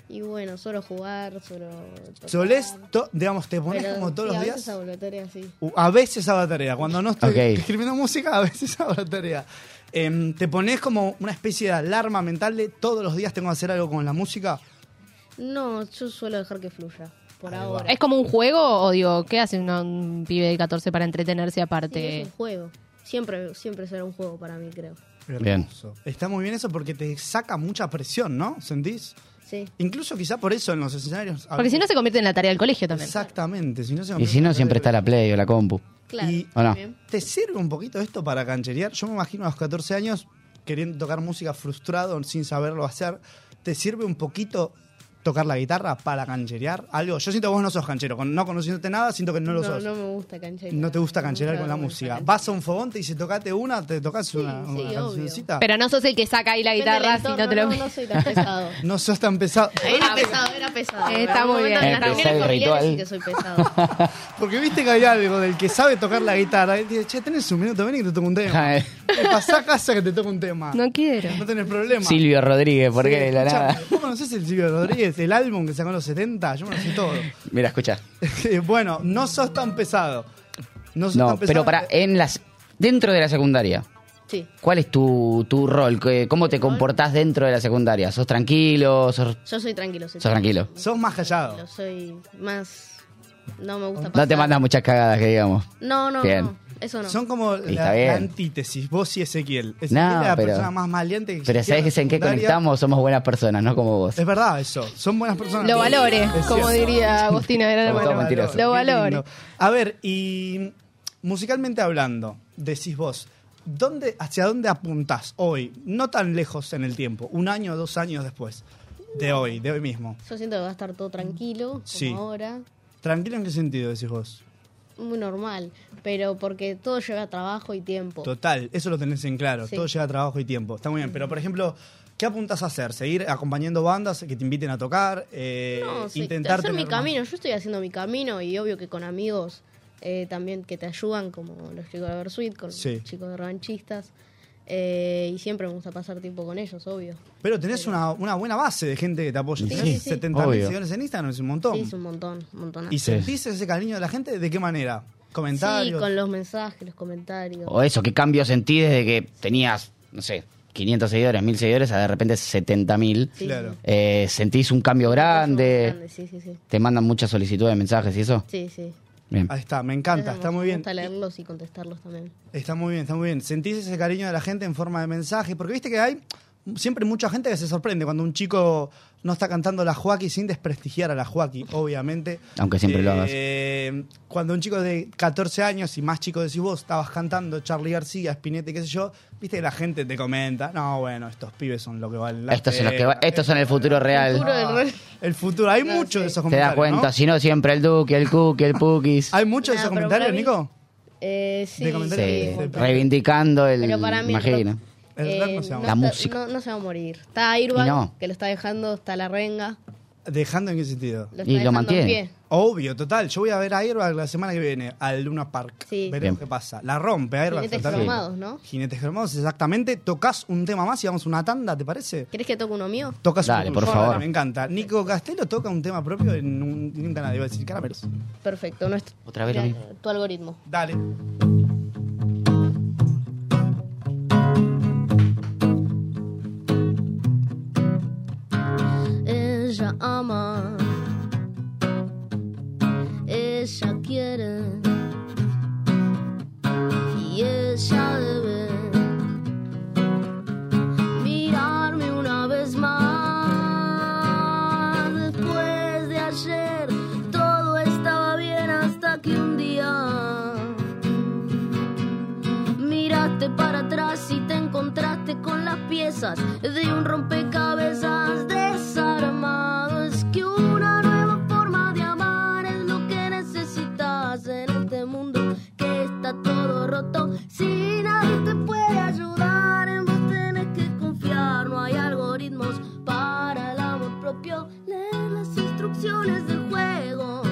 Speaker 6: Y bueno, solo jugar, solo. tocar.
Speaker 2: Solés, to- digamos, te pones
Speaker 6: Pero
Speaker 2: como todos
Speaker 6: sí,
Speaker 2: los
Speaker 6: a
Speaker 2: días.
Speaker 6: veces hago la tarea, sí.
Speaker 2: U- A veces hago la tarea. Cuando no estoy
Speaker 3: Ok.
Speaker 2: escribiendo música, a veces hago la tarea. Em, ¿Te pones como una especie de alarma mental de todos los días tengo que hacer algo con la música?
Speaker 6: No, yo suelo dejar que fluya. Por
Speaker 2: Ahí va.
Speaker 6: ahora.
Speaker 4: ¿Es como un juego o digo, qué hace una- un pibe de 14 para entretenerse
Speaker 6: Sí,
Speaker 4: aparte?
Speaker 6: es un juego. Siempre, siempre será un juego para mí, creo.
Speaker 3: Bien.
Speaker 2: Hermoso. Está muy bien eso porque te saca mucha presión, ¿no? ¿Sentís?
Speaker 6: Sí.
Speaker 2: Incluso quizá por eso en los escenarios. a
Speaker 4: Porque si no
Speaker 2: veces-
Speaker 4: se convierte en la tarea del colegio también.
Speaker 2: Exactamente. Si no se
Speaker 3: Y si no, siempre está la Play o la compu.
Speaker 6: Claro.
Speaker 2: Y-
Speaker 3: ¿O no?
Speaker 6: también.
Speaker 2: ¿Te sirve un poquito esto para cancherear? Yo me imagino a los 14 años queriendo tocar música frustrado, sin saberlo hacer. ¿Te sirve un poquito tocar la guitarra para cancherear algo? Yo siento que vos no sos canchero. Con- No conociéndote nada, siento que no lo
Speaker 6: no,
Speaker 2: sos.
Speaker 6: no
Speaker 2: No,
Speaker 6: me gusta cancherear.
Speaker 2: te gusta
Speaker 6: No me
Speaker 2: cancherear con la
Speaker 6: me gusta
Speaker 2: música.
Speaker 6: cancherear.
Speaker 2: Vas a un fogón, te dice tocate una, te tocas una,
Speaker 6: sí,
Speaker 2: una
Speaker 6: obvio.
Speaker 2: cancioncita.
Speaker 4: Pero no sos el que saca ahí la
Speaker 6: Depende del
Speaker 4: guitarra si
Speaker 6: entorno,
Speaker 4: no te lo
Speaker 6: no, no soy tan pesado.
Speaker 2: No sos tan pesado.
Speaker 6: Era pesado, era pesado.
Speaker 4: Está
Speaker 6: En algún
Speaker 4: muy
Speaker 6: momento
Speaker 4: bien.
Speaker 6: En las
Speaker 3: Empezar el
Speaker 6: reuniones familiares
Speaker 3: ritual.
Speaker 6: sí que soy pesado.
Speaker 2: Porque viste que hay algo del que sabe tocar la guitarra. Y dice, che, tenés un minuto, ven y te toco un tema.
Speaker 3: Ja, eh.
Speaker 2: Te pasá a casa que te toco un tema. No,
Speaker 4: No quiero.
Speaker 2: tenés problema.
Speaker 3: Silvio Rodríguez, ¿por qué
Speaker 2: Sí,
Speaker 3: de la
Speaker 2: escuchame,
Speaker 3: nada?
Speaker 2: ¿Vos conocés el Silvio Rodríguez, el álbum que sacó en los 70? Yo me lo sé todo. Eh,
Speaker 3: Mira, escucha.
Speaker 2: bueno, no sos tan pesado. No sos
Speaker 3: No,
Speaker 2: tan pesado.
Speaker 3: pero para en las dentro de la secundaria.
Speaker 6: Sí.
Speaker 3: ¿Cuál es tu, tu rol? ¿Qué- ¿Cómo te comportás dentro de la secundaria? ¿Sos tranquilo? ¿Sos,
Speaker 6: Yo soy tranquilo. Soy
Speaker 3: sos tranquilo?
Speaker 2: Sos más callado.
Speaker 6: Yo soy más. No me gusta pasar.
Speaker 3: No te mandas muchas cagadas, que digamos.
Speaker 6: No, no,
Speaker 3: Bien.
Speaker 6: no. Eso no.
Speaker 2: Son como la,
Speaker 3: Y está bien.
Speaker 2: la antítesis, vos y Ezequiel. Ezequiel
Speaker 3: No,
Speaker 2: es la
Speaker 3: pero-
Speaker 2: persona más maleante que
Speaker 3: Pero
Speaker 2: existía
Speaker 3: ¿sabés
Speaker 2: la
Speaker 3: en qué
Speaker 2: secundaria.
Speaker 3: conectamos? Somos buenas personas, no como vos.
Speaker 2: Es verdad eso, son buenas personas.
Speaker 4: Lo valore,
Speaker 2: Es
Speaker 4: como
Speaker 2: cierto.
Speaker 4: diría Agostina Gran
Speaker 3: Lo
Speaker 4: Hermano.
Speaker 3: valore. mentiroso.
Speaker 4: Lo
Speaker 2: Qué lindo.
Speaker 4: valore.
Speaker 2: A ver, y musicalmente hablando, decís vos, ¿dónde, ¿hacia dónde apuntás hoy? No tan lejos en el tiempo, un año o dos años después de hoy, de hoy mismo.
Speaker 6: Yo siento que va a estar todo tranquilo, como
Speaker 2: Sí.
Speaker 6: ahora.
Speaker 2: ¿Tranquilo en qué sentido decís vos?
Speaker 6: Muy normal. Pero porque todo lleva trabajo y tiempo.
Speaker 2: Total, eso lo tenés en claro.
Speaker 6: Sí.
Speaker 2: Todo lleva a trabajo y tiempo. Está muy bien. Pero, por ejemplo, ¿qué apuntas a hacer? ¿Seguir acompañando bandas que te inviten a tocar? Eh,
Speaker 6: No, sí,
Speaker 2: intentar
Speaker 6: hacer mi
Speaker 2: tener más-
Speaker 6: camino. Yo estoy haciendo mi camino y obvio que con amigos eh, también que te ayudan, como los chicos de Versuit, con
Speaker 2: Sí.
Speaker 6: los chicos de Revanchistas. eh, y siempre me gusta pasar tiempo con ellos, obvio.
Speaker 2: Pero tenés una, una buena base de gente que te apoya.
Speaker 6: Sí,
Speaker 2: Tenés
Speaker 6: sí, sí.
Speaker 2: 70.000
Speaker 3: Obvio.
Speaker 2: seguidores en Instagram, es un montón.
Speaker 6: Sí, es un montón, un montonazo.
Speaker 2: ¿Y sentís ese cariño de la gente? ¿De qué manera?
Speaker 6: Sí,
Speaker 2: ¿Comentarios?
Speaker 6: con los mensajes, los comentarios.
Speaker 3: O eso, ¿qué cambio sentí desde que tenías, no sé, 500 seguidores, 1000 seguidores, a de repente 70.000?
Speaker 6: Sí,
Speaker 2: Claro.
Speaker 6: sí.
Speaker 3: Eh, ¿Sentís un cambio grande?
Speaker 6: Sí, sí, sí.
Speaker 3: ¿Te mandan muchas solicitudes de mensajes y eso?
Speaker 6: Sí, sí.
Speaker 3: Bien.
Speaker 2: Ahí está, me encanta, está muy
Speaker 6: Me
Speaker 2: bien.
Speaker 6: gusta leerlos y contestarlos también.
Speaker 2: Está muy bien, está muy bien. ¿Sentís ese cariño de la gente en forma de mensaje? Porque viste que hay siempre mucha gente que se sorprende cuando un chico no está cantando la Joaquín sin desprestigiar a la Joaquín, obviamente.
Speaker 3: Aunque siempre lo hagas.
Speaker 2: Eh, Cuando un chico de 14 años y más chico decís vos, estabas cantando Charlie García, Spinetta, y qué sé yo, viste que la gente te comenta, no, bueno, estos pibes son lo que valen la
Speaker 3: Estos son los que va-
Speaker 2: pena". Ah,
Speaker 3: estos son el futuro
Speaker 6: Futuro
Speaker 3: real.
Speaker 6: del rey.
Speaker 2: El futuro, hay mucho de esos
Speaker 3: Te
Speaker 2: comentarios.
Speaker 3: das cuenta,
Speaker 2: ¿no?
Speaker 3: si no, siempre el Duque, el Cookie, el Pukis.
Speaker 2: ¿Hay mucho de
Speaker 6: No,
Speaker 2: esos
Speaker 6: Ah, pero
Speaker 2: comentarios,
Speaker 6: para mí-
Speaker 2: Nico?
Speaker 6: Eh, sí,
Speaker 2: De comentarios.
Speaker 6: sí,
Speaker 3: Sí,
Speaker 6: un montón.
Speaker 3: reivindicando el.
Speaker 6: Pero para mí el
Speaker 3: imagino.
Speaker 2: El rock no se va a
Speaker 3: La
Speaker 6: está-
Speaker 3: música.
Speaker 6: Eh, No, no se va a morir. Está Irving,
Speaker 3: Y no.
Speaker 6: que lo está dejando, está la renga.
Speaker 2: ¿Dejando en qué sentido?
Speaker 6: Lo está
Speaker 3: Y lo
Speaker 6: dejando en
Speaker 3: mantiene.
Speaker 6: pie.
Speaker 2: Obvio, total. Yo voy a ver a Airbag la semana que viene al Luna Park.
Speaker 6: Sí.
Speaker 2: Veremos
Speaker 3: Bien.
Speaker 2: qué pasa. La rompe Airbag.
Speaker 6: Jinetes
Speaker 2: totalmente.
Speaker 6: cromados, ¿no?
Speaker 2: Jinetes cromados, exactamente. Tocas un tema más y vamos a una tanda, ¿te parece?
Speaker 6: ¿Querés que toque uno mío?
Speaker 2: Tocas
Speaker 3: Dale,
Speaker 2: un
Speaker 3: por
Speaker 2: Dale,
Speaker 3: favor.
Speaker 2: Me encanta. Nico Castelo toca un tema propio en un, en un canal. Iba a decir caramelos.
Speaker 6: Perfecto. nuestro-
Speaker 3: Otra vez lo
Speaker 6: Mira,
Speaker 3: mismo.
Speaker 6: Tu algoritmo.
Speaker 2: Dale.
Speaker 6: Ella ama. Ella quiere. Y ella debe.
Speaker 5: piezas de un rompecabezas desarmado. Es que una nueva forma de amar es lo que necesitas en este mundo que está todo roto. Si nadie te puede ayudar, en vos tenés que confiar. No hay algoritmos para el amor propio. Leer las instrucciones del juego.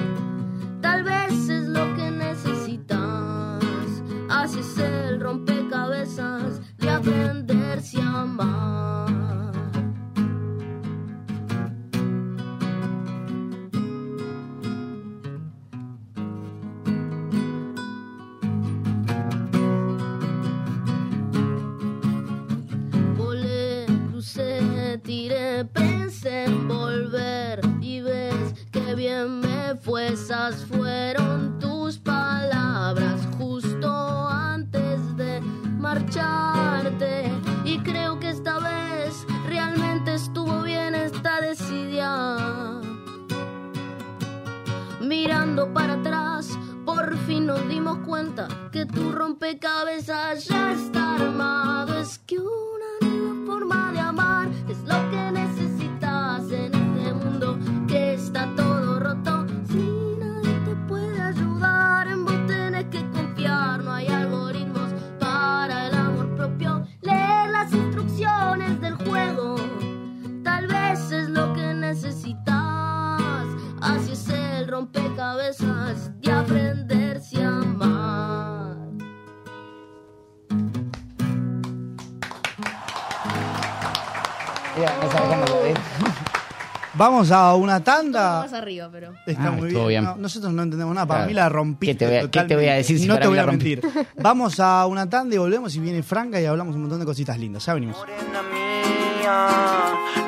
Speaker 5: Tal vez es lo que necesitas. Así es el rompecabezas de aprenderse a amar. Volé, crucé, tiré, pensé en volver y ves que bien me fue. Esas fueron tus palabras justo antes de marcharte y creo que esta vez realmente estuvo bien esta decidida. Mirando para atrás, por fin nos dimos cuenta que tu rompecabezas ya está armado. Es que una nueva forma de amar es lo que necesitas en este mundo que está todo roto. Si nadie te puede ayudar, en vos tenés que confiar. No hay algoritmos para el amor propio. Leer las instrucciones del juego. Tal vez es lo que necesitas. Así es el rompecabezas de aprenderse a amar.
Speaker 3: Mira, no sabe cómo lo ve.
Speaker 2: Vamos a una tanda.
Speaker 5: Más arriba, pero.
Speaker 2: Está
Speaker 3: Ah,
Speaker 2: muy
Speaker 3: estuvo
Speaker 2: bien.
Speaker 3: bien.
Speaker 2: No, nosotros no entendemos nada. Para
Speaker 3: Claro.
Speaker 2: mí la rompiste.
Speaker 3: ¿Qué te voy a- qué te voy a
Speaker 2: totalmente.
Speaker 3: decir si
Speaker 2: No
Speaker 3: para
Speaker 2: te
Speaker 3: mí
Speaker 2: voy
Speaker 3: la
Speaker 2: a
Speaker 3: rompí?
Speaker 2: mentir. Vamos a una tanda y volvemos y viene Franca y hablamos un montón de cositas lindas. Ya venimos.
Speaker 8: Morena mía,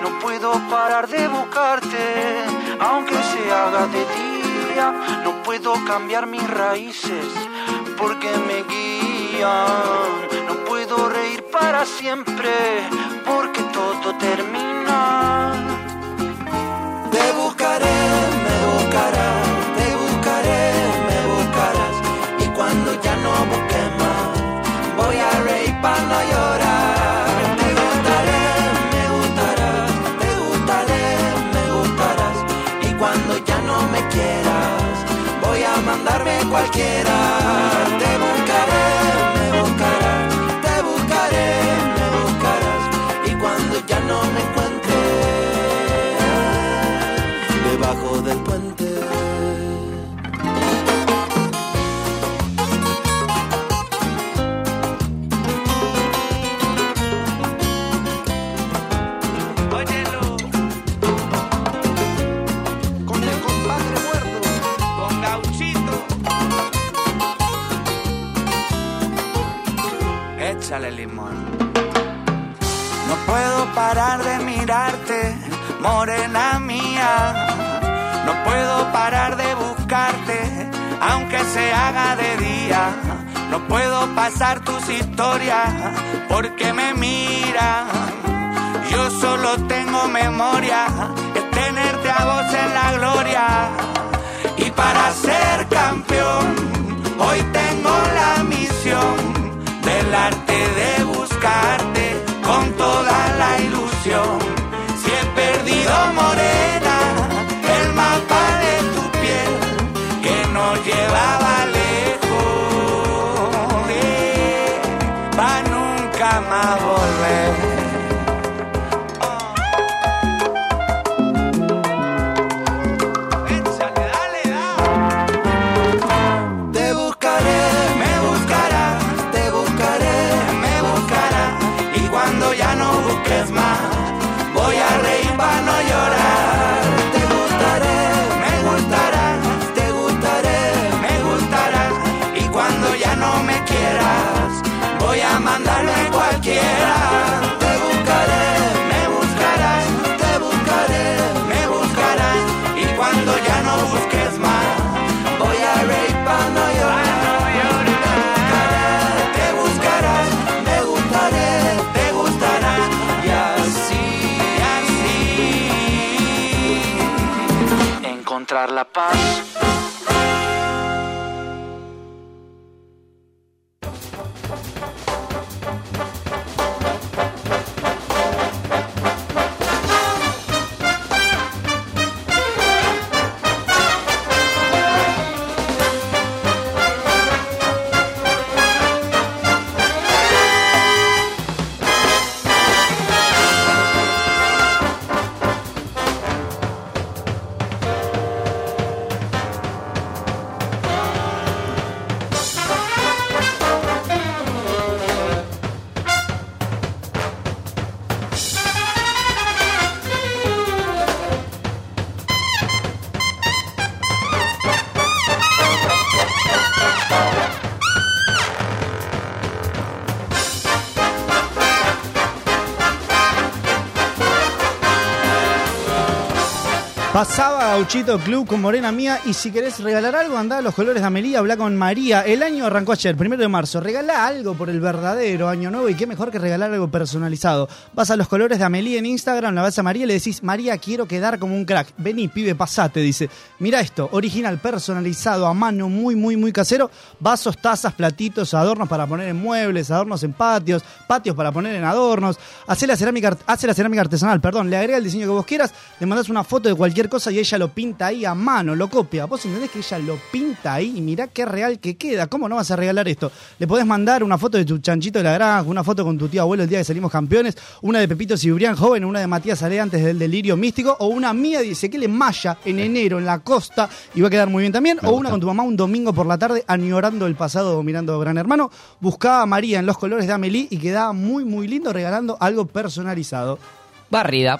Speaker 8: no puedo parar de buscarte, aunque se haga de día, no puedo cambiar mis raíces porque me guían, no puedo reír para siempre porque todo termina. Te buscaré, me buscarás, te buscaré, me buscarás, y cuando ya no busque más, voy a reír para no llorar. Te gustaré, me gustarás, te gustaré, me gustarás, y cuando ya no me quieras, voy a mandarme cualquiera. Te buscaré, me buscarás, te buscaré, me buscarás, y cuando ya no me encuentres debajo del puente.
Speaker 1: Óyelo,
Speaker 8: Con el compadre muerto.
Speaker 1: con gauchito.
Speaker 8: échale limón. No puedo parar de mirarte, morena mía. No puedo parar de buscarte, aunque se haga de día. No puedo pasar tus historias porque me miran. Yo solo tengo memoria, es tenerte a vos en la gloria. Y para ser campeón, hoy tengo la misión del arte de buscarte con toda la ilusión. Si he perdido morena, el mapa de tu piel que nos llevaba lejos, eh, va nunca más volver. Échale, dale, dale. Te buscaré, me buscarás, te buscaré, me buscarás. Y cuando ya no busques más, voy a reír para no llorar. Te gustaré, me gustarás, te gustaré, me gustarás. Y cuando ya no me quieras, voy a mandarme cualquiera. Te buscaré, me buscarás, te buscaré, me buscarás. Y cuando ya no busques más, voy a reír para no llorar. Te buscarás, me gustaré, te gustará. Y así, así. Encontrar la paz.
Speaker 2: Pasaba Gauchito Club con Morena Mía y si querés regalar algo, andá a los colores de Amelia, habla con María. El año arrancó ayer, primero de marzo. Regala algo por el verdadero año nuevo y qué mejor que regalar algo personalizado. Vas a los colores de Amelia en Instagram, la vas a María y le decís, María, quiero quedar como un crack. Vení, pibe, pasate, dice. Mira esto, original, personalizado, a mano, muy, muy, muy casero. Vasos, tazas, platitos, adornos para poner en muebles, adornos en patios, patios para poner en adornos. Hace la cerámica, art- hace la cerámica artesanal, perdón, le agrega el diseño que vos quieras, le mandás una foto de cualquier cosa y ella lo pinta ahí a mano, lo copia. Vos entendés que ella lo pinta ahí y mirá qué real que queda. ¿Cómo no vas a regalar esto? Le podés mandar una foto de tu chanchito de la granja, una foto con tu tío abuelo el día que salimos campeones, una de Pepito Cibrián joven, una de Matías Ale antes del delirio místico, o una mía dice que le malla en enero en la costa y va a quedar muy bien también, o una con tu mamá un domingo por la tarde añorando el pasado o mirando Gran Hermano. Buscaba a María en los colores de Amelie y quedaba muy, muy lindo regalando algo personalizado.
Speaker 3: Barrida.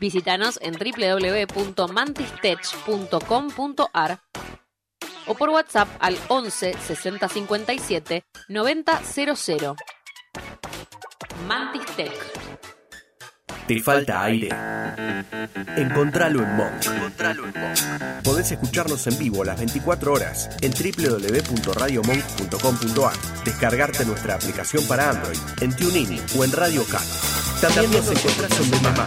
Speaker 9: Visítanos en www.mantistech.com.ar o por WhatsApp al 11 60 57 90 00. Mantis Tech.
Speaker 7: Te falta aire. Encontralo en Monk. Podés escucharnos en vivo las 24 horas en www.radiomonk.com.ar. Descargarte nuestra aplicación para Android en TuneIn o en Radio Cat. También nos encontrás en Mamá.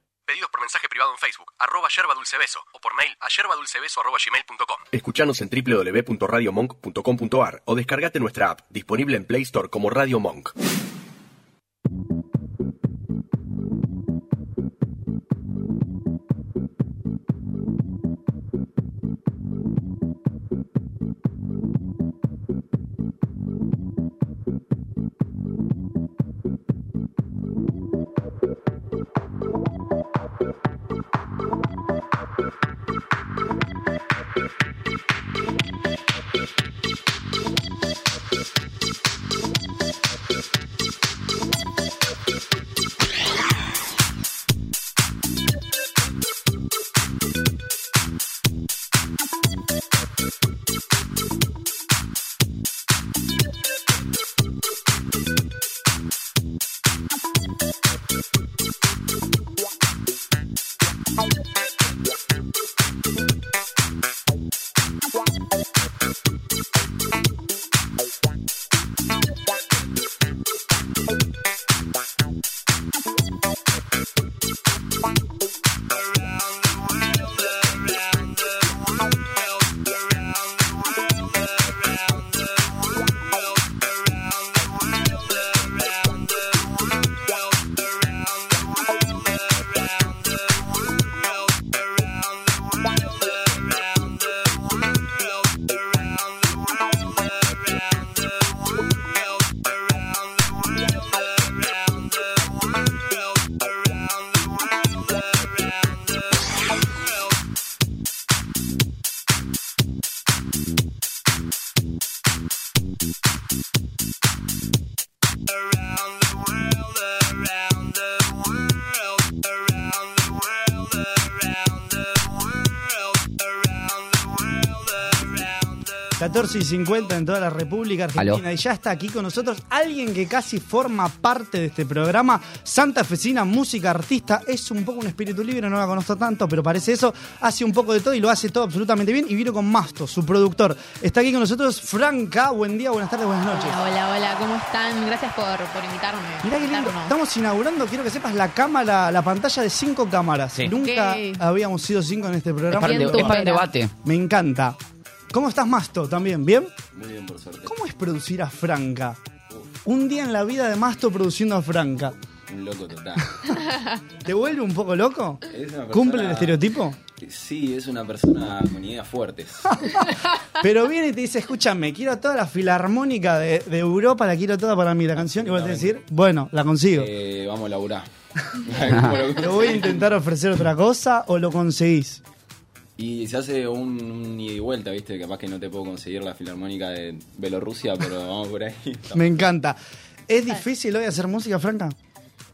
Speaker 10: Pedidos por mensaje privado en Facebook, arroba yerba dulce beso o por mail a yerbadulcebeso arroba gmail.com.
Speaker 7: Escuchanos en www.radiomonk.com.ar o descargate nuestra app, disponible en Play Store como Radio Monk.
Speaker 2: 14 y 50 en toda la República Argentina.
Speaker 3: Aló.
Speaker 2: Y ya está aquí con nosotros alguien que casi forma parte de este programa. Santa Fecina, música, artista. Es un poco un espíritu libre, no la conozco tanto, pero parece eso. Hace un poco de todo y lo hace todo absolutamente bien. Y vino con Masto, su productor. Está aquí con nosotros Franca. Buen día, buenas tardes, buenas noches.
Speaker 11: Hola, hola, hola, ¿cómo están? Gracias por, por invitarme.
Speaker 2: Mirá qué lindo.
Speaker 11: invitarnos.
Speaker 2: Estamos inaugurando, quiero que sepas, la cámara, la pantalla de cinco cámaras.
Speaker 3: Sí.
Speaker 2: Nunca
Speaker 11: Ok.
Speaker 2: habíamos sido cinco en este
Speaker 3: Es
Speaker 2: programa.
Speaker 3: para, el de-
Speaker 11: Bien,
Speaker 3: es para el
Speaker 11: tupera.
Speaker 3: debate.
Speaker 2: Me encanta. ¿Cómo estás, Masto? ¿También? ¿Bien?
Speaker 12: Muy bien, por suerte.
Speaker 2: ¿Cómo es producir a Franca? Un día en la vida de Masto produciendo a Franca.
Speaker 12: Un loco total.
Speaker 2: ¿Te vuelve un poco loco?
Speaker 12: Es una persona-
Speaker 2: ¿Cumple el estereotipo?
Speaker 12: Sí, es una persona con ideas fuertes.
Speaker 2: Pero viene y te dice, escúchame, quiero toda la filarmónica de, de Europa, la quiero toda para mí, la canción. Y vos te decís, bueno, la consigo.
Speaker 12: Eh, vamos a laburar.
Speaker 2: ¿Lo voy a intentar ofrecer otra cosa o lo conseguís?
Speaker 12: Y se hace un, un ida y vuelta, ¿viste? Capaz que no te puedo conseguir la filarmónica de Bielorrusia, pero vamos por ahí.
Speaker 2: Me encanta. ¿Es difícil hoy hacer música, Franca?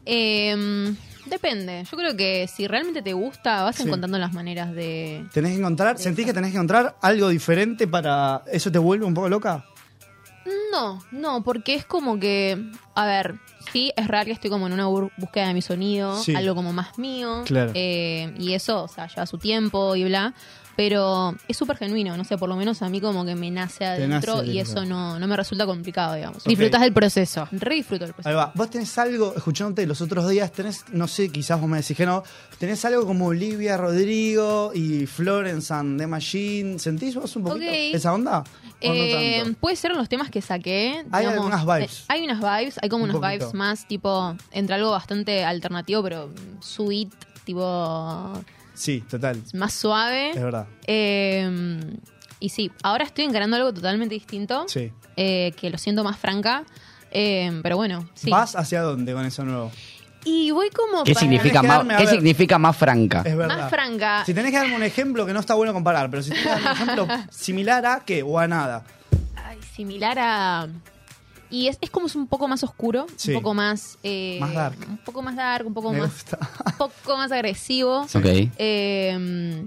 Speaker 11: Em, depende. Yo creo que si realmente te gusta, vas encontrando las maneras de.
Speaker 2: ¿Tenés que encontrar, sentís que tenés que encontrar algo diferente para... ¿Eso te vuelve un poco loca?
Speaker 11: No, no, porque es como que. A ver, sí, es real que estoy como en una bur- búsqueda de mi sonido,
Speaker 2: Sí.
Speaker 11: algo como más mío.
Speaker 2: Claro.
Speaker 11: eh, y eso, o sea, lleva su tiempo y bla. Pero es súper genuino, no sé, por lo menos a mí como que me nace adentro
Speaker 2: nace
Speaker 11: y
Speaker 2: adentro.
Speaker 11: eso no, no me resulta complicado, digamos.
Speaker 2: Ok.
Speaker 4: Disfrutás del proceso.
Speaker 11: Re disfruto el proceso.
Speaker 2: Ahí va. Vos tenés algo, escuchándote los otros días, tenés, no sé, quizás vos me decís que no, tenés algo como Olivia Rodrigo y Florence and the Machine. ¿Sentís vos un poquito
Speaker 11: Ok.
Speaker 2: esa onda? ¿O no
Speaker 11: Eh,
Speaker 2: tanto?
Speaker 11: puede ser en los temas que saqué.
Speaker 2: Hay algunas vibes.
Speaker 11: eh, hay unas vibes, hay como
Speaker 2: Un
Speaker 11: unos
Speaker 2: poquito.
Speaker 11: vibes más, tipo, entre algo bastante alternativo, pero mm, sweet, tipo,
Speaker 2: Sí, total.
Speaker 11: más
Speaker 2: Es
Speaker 11: suave.
Speaker 2: verdad.
Speaker 11: Eh, y sí, ahora estoy encarando algo totalmente distinto,
Speaker 2: Sí.
Speaker 11: eh, que lo siento más franca, eh, pero bueno, sí.
Speaker 2: ¿Vas hacia dónde con eso nuevo?
Speaker 11: Y voy como
Speaker 3: ¿Qué
Speaker 11: para-
Speaker 3: significa,
Speaker 2: Tenés que
Speaker 3: más,
Speaker 2: darme, a
Speaker 3: ¿qué
Speaker 2: ver.
Speaker 3: significa más franca?
Speaker 2: Es verdad.
Speaker 11: Más franca.
Speaker 2: Si tenés que darme un ejemplo que no está bueno comparar, pero si tenés que darme un ejemplo similar a qué o a nada.
Speaker 11: Ay, similar a. Y es, es como es un poco más oscuro,
Speaker 2: Sí.
Speaker 11: un poco más. eh,
Speaker 2: Más dark.
Speaker 11: Un poco más dark, un poco
Speaker 2: Me
Speaker 11: más.
Speaker 2: gusta.
Speaker 11: Un poco más agresivo.
Speaker 3: Ok.
Speaker 11: Eh,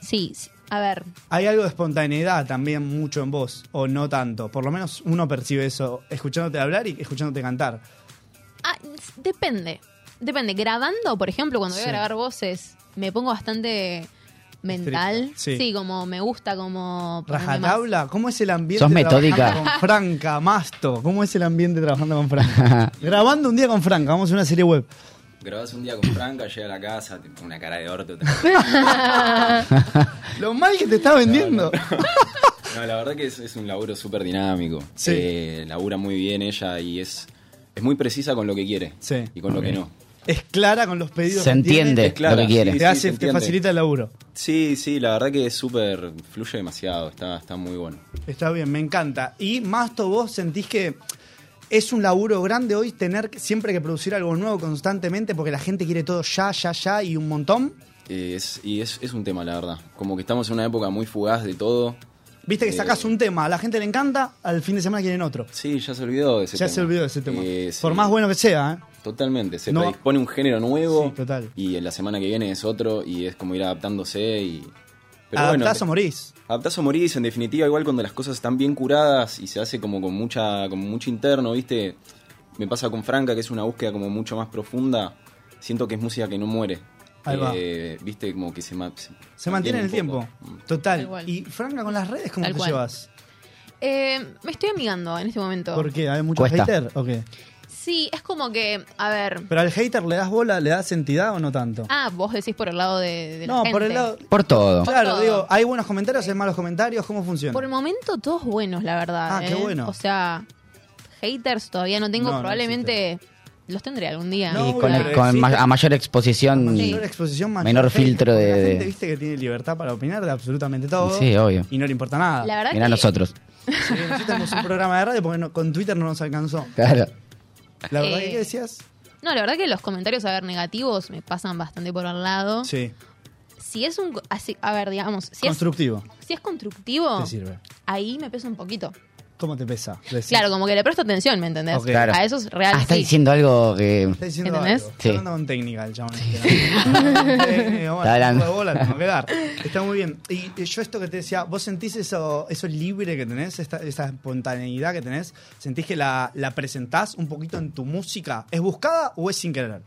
Speaker 11: sí, sí, a ver.
Speaker 2: Hay algo de espontaneidad también mucho en vos, o no tanto. Por lo menos uno percibe eso escuchándote hablar y escuchándote cantar.
Speaker 11: Ah, s- depende. Depende. Grabando, por ejemplo, cuando voy
Speaker 2: Sí.
Speaker 11: a grabar voces, me pongo bastante mental.
Speaker 2: Estricta, sí.
Speaker 11: como me gusta, como. ponerme más-
Speaker 2: Rajatabla, ¿cómo es el ambiente
Speaker 3: Sos
Speaker 2: trabajando
Speaker 3: metódica.
Speaker 2: con Franca, Masto? ¿Cómo es el ambiente trabajando con Franca? Grabando un día con Franca, vamos a una serie web.
Speaker 12: Grabás un día con Franca, llega a la casa, te pone una cara de orto. te-
Speaker 2: Lo mal que te está vendiendo.
Speaker 12: No, la verdad que es, es un laburo súper dinámico.
Speaker 2: Sí.
Speaker 12: Eh, labura muy bien ella y es, es muy precisa con lo que quiere
Speaker 2: Sí.
Speaker 12: y con lo que no.
Speaker 2: Es clara con los pedidos.
Speaker 3: Se
Speaker 2: que tiene,
Speaker 3: entiende
Speaker 12: Es clara,
Speaker 3: lo que quiere.
Speaker 12: sí.
Speaker 2: Te, hace, te
Speaker 12: entiende.
Speaker 2: facilita el laburo.
Speaker 12: Sí, sí, la verdad que es súper, fluye demasiado, está, está muy bueno.
Speaker 2: Está bien, me encanta. Y Masto, vos sentís que es un laburo grande hoy tener que- siempre que producir algo nuevo constantemente porque la gente quiere todo ya, ya, ya y un montón.
Speaker 12: Eh, es- y es, es un tema, la verdad. Como que estamos en una época muy fugaz de todo.
Speaker 2: Viste que
Speaker 12: Eh.
Speaker 2: sacás un tema, a la gente le encanta, al fin de semana quieren otro.
Speaker 12: Sí, ya se olvidó de ese
Speaker 2: ya
Speaker 12: tema.
Speaker 2: se olvidó de ese tema.
Speaker 12: Eh, sí.
Speaker 2: Por más bueno que sea, ¿eh?
Speaker 12: Totalmente, se
Speaker 2: No.
Speaker 12: predispone un género nuevo.
Speaker 2: Sí, total.
Speaker 12: Y en la semana que viene es otro y es como ir adaptándose y... Pero bueno,
Speaker 2: Adaptás o morís.
Speaker 12: Adaptás o morís, en definitiva, igual cuando las cosas están bien curadas y se hace como con mucha, como mucho interno, ¿viste? Me pasa con Franca, que es una búsqueda como mucho más profunda. Siento que es música que no muere.
Speaker 2: Ahí va.
Speaker 12: Eh, ¿Viste? Como que se, ma-
Speaker 2: Se mantiene en el
Speaker 12: un
Speaker 2: tiempo.
Speaker 12: poco.
Speaker 2: Total.
Speaker 11: Tal cual.
Speaker 2: Y Franca, con las redes, ¿cómo
Speaker 11: Tal
Speaker 2: te
Speaker 11: cual.
Speaker 2: llevas?
Speaker 11: Eh, me estoy amigando en este momento.
Speaker 2: ¿Por qué? ¿Hay muchos
Speaker 3: Cuesta.
Speaker 2: haters o qué?
Speaker 11: Sí, es como que. A ver.
Speaker 2: ¿Pero al hater le das bola, le das entidad o no tanto?
Speaker 11: Ah, vos decís por el lado de, de la
Speaker 2: no, por
Speaker 11: gente.
Speaker 2: el lado.
Speaker 3: Por todo.
Speaker 2: Claro,
Speaker 11: todo.
Speaker 2: digo, ¿hay buenos comentarios, hay malos comentarios? ¿Cómo funciona?
Speaker 11: Por el momento todos buenos, la verdad.
Speaker 2: Ah, qué
Speaker 11: ¿eh?
Speaker 2: bueno.
Speaker 11: O sea, haters todavía no tengo,
Speaker 2: No, no
Speaker 11: probablemente los tendré algún día.
Speaker 2: No,
Speaker 3: Y
Speaker 2: obvio,
Speaker 3: con el-
Speaker 2: pero
Speaker 3: con
Speaker 2: existe-
Speaker 3: ma- a mayor exposición.
Speaker 2: Mayor exposición, mayor
Speaker 3: Menor
Speaker 2: hate,
Speaker 3: filtro
Speaker 2: porque
Speaker 3: de-
Speaker 2: La
Speaker 3: de-
Speaker 2: gente viste que tiene libertad para opinar de absolutamente todo.
Speaker 3: Sí, obvio.
Speaker 2: Y no le importa nada.
Speaker 11: La verdad
Speaker 3: Mirá
Speaker 11: que
Speaker 3: nosotros.
Speaker 2: Sí, nosotros tenemos un programa de radio porque no- con Twitter no nos alcanzó.
Speaker 3: Claro.
Speaker 2: La verdad,
Speaker 11: Eh.
Speaker 2: que ¿qué decías?
Speaker 11: No, la verdad que los comentarios, a ver, negativos me pasan bastante por al lado.
Speaker 2: Sí,
Speaker 11: Si es un... así- a ver, digamos, si es,
Speaker 2: constructivo.
Speaker 11: si es constructivo,
Speaker 2: Te sirve.
Speaker 11: ahí me pesa un poquito.
Speaker 2: ¿Cómo te pesa? Decís.
Speaker 11: Claro, como que le presto atención, ¿me entendés?
Speaker 3: Ok. Claro.
Speaker 11: Eh, A eso es real.
Speaker 3: Ah, está
Speaker 11: sí.
Speaker 3: diciendo algo que.
Speaker 2: Está diciendo
Speaker 11: ¿Entendés?
Speaker 2: algo. Está
Speaker 3: Sí.
Speaker 2: hablando con técnica el chabón. este, ¿no? Eh, eh, bueno,
Speaker 3: Está hablando.
Speaker 2: un poco de bola le tengo que dar. Está muy bien. Y eh, yo esto que te decía, ¿vos sentís eso, eso libre que tenés, esta, esa espontaneidad que tenés? ¿Sentís que la, la presentás un poquito en tu música? ¿Es buscada o es sin querer?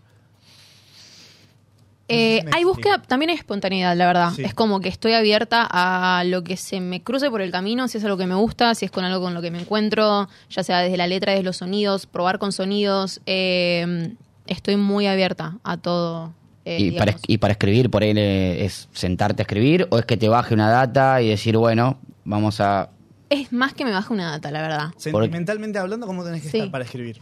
Speaker 2: Me
Speaker 11: Eh, hay
Speaker 2: explico.
Speaker 11: búsqueda, también hay espontaneidad, la verdad.
Speaker 2: Sí.
Speaker 11: Es como que estoy abierta a lo que se me cruce por el camino, si es algo que me gusta, si es con algo con lo que me encuentro, ya sea desde la letra, desde los sonidos, probar con sonidos. eh, estoy muy abierta a todo. eh,
Speaker 3: y, para,
Speaker 11: digamos.
Speaker 3: y para escribir, por ahí eh, es sentarte a escribir, o es que te baje una data y decir, bueno, vamos a.
Speaker 11: Es más que me baja una data, la verdad.
Speaker 2: Sentimentalmente hablando, ¿cómo tenés que
Speaker 11: Sí.
Speaker 2: estar para escribir?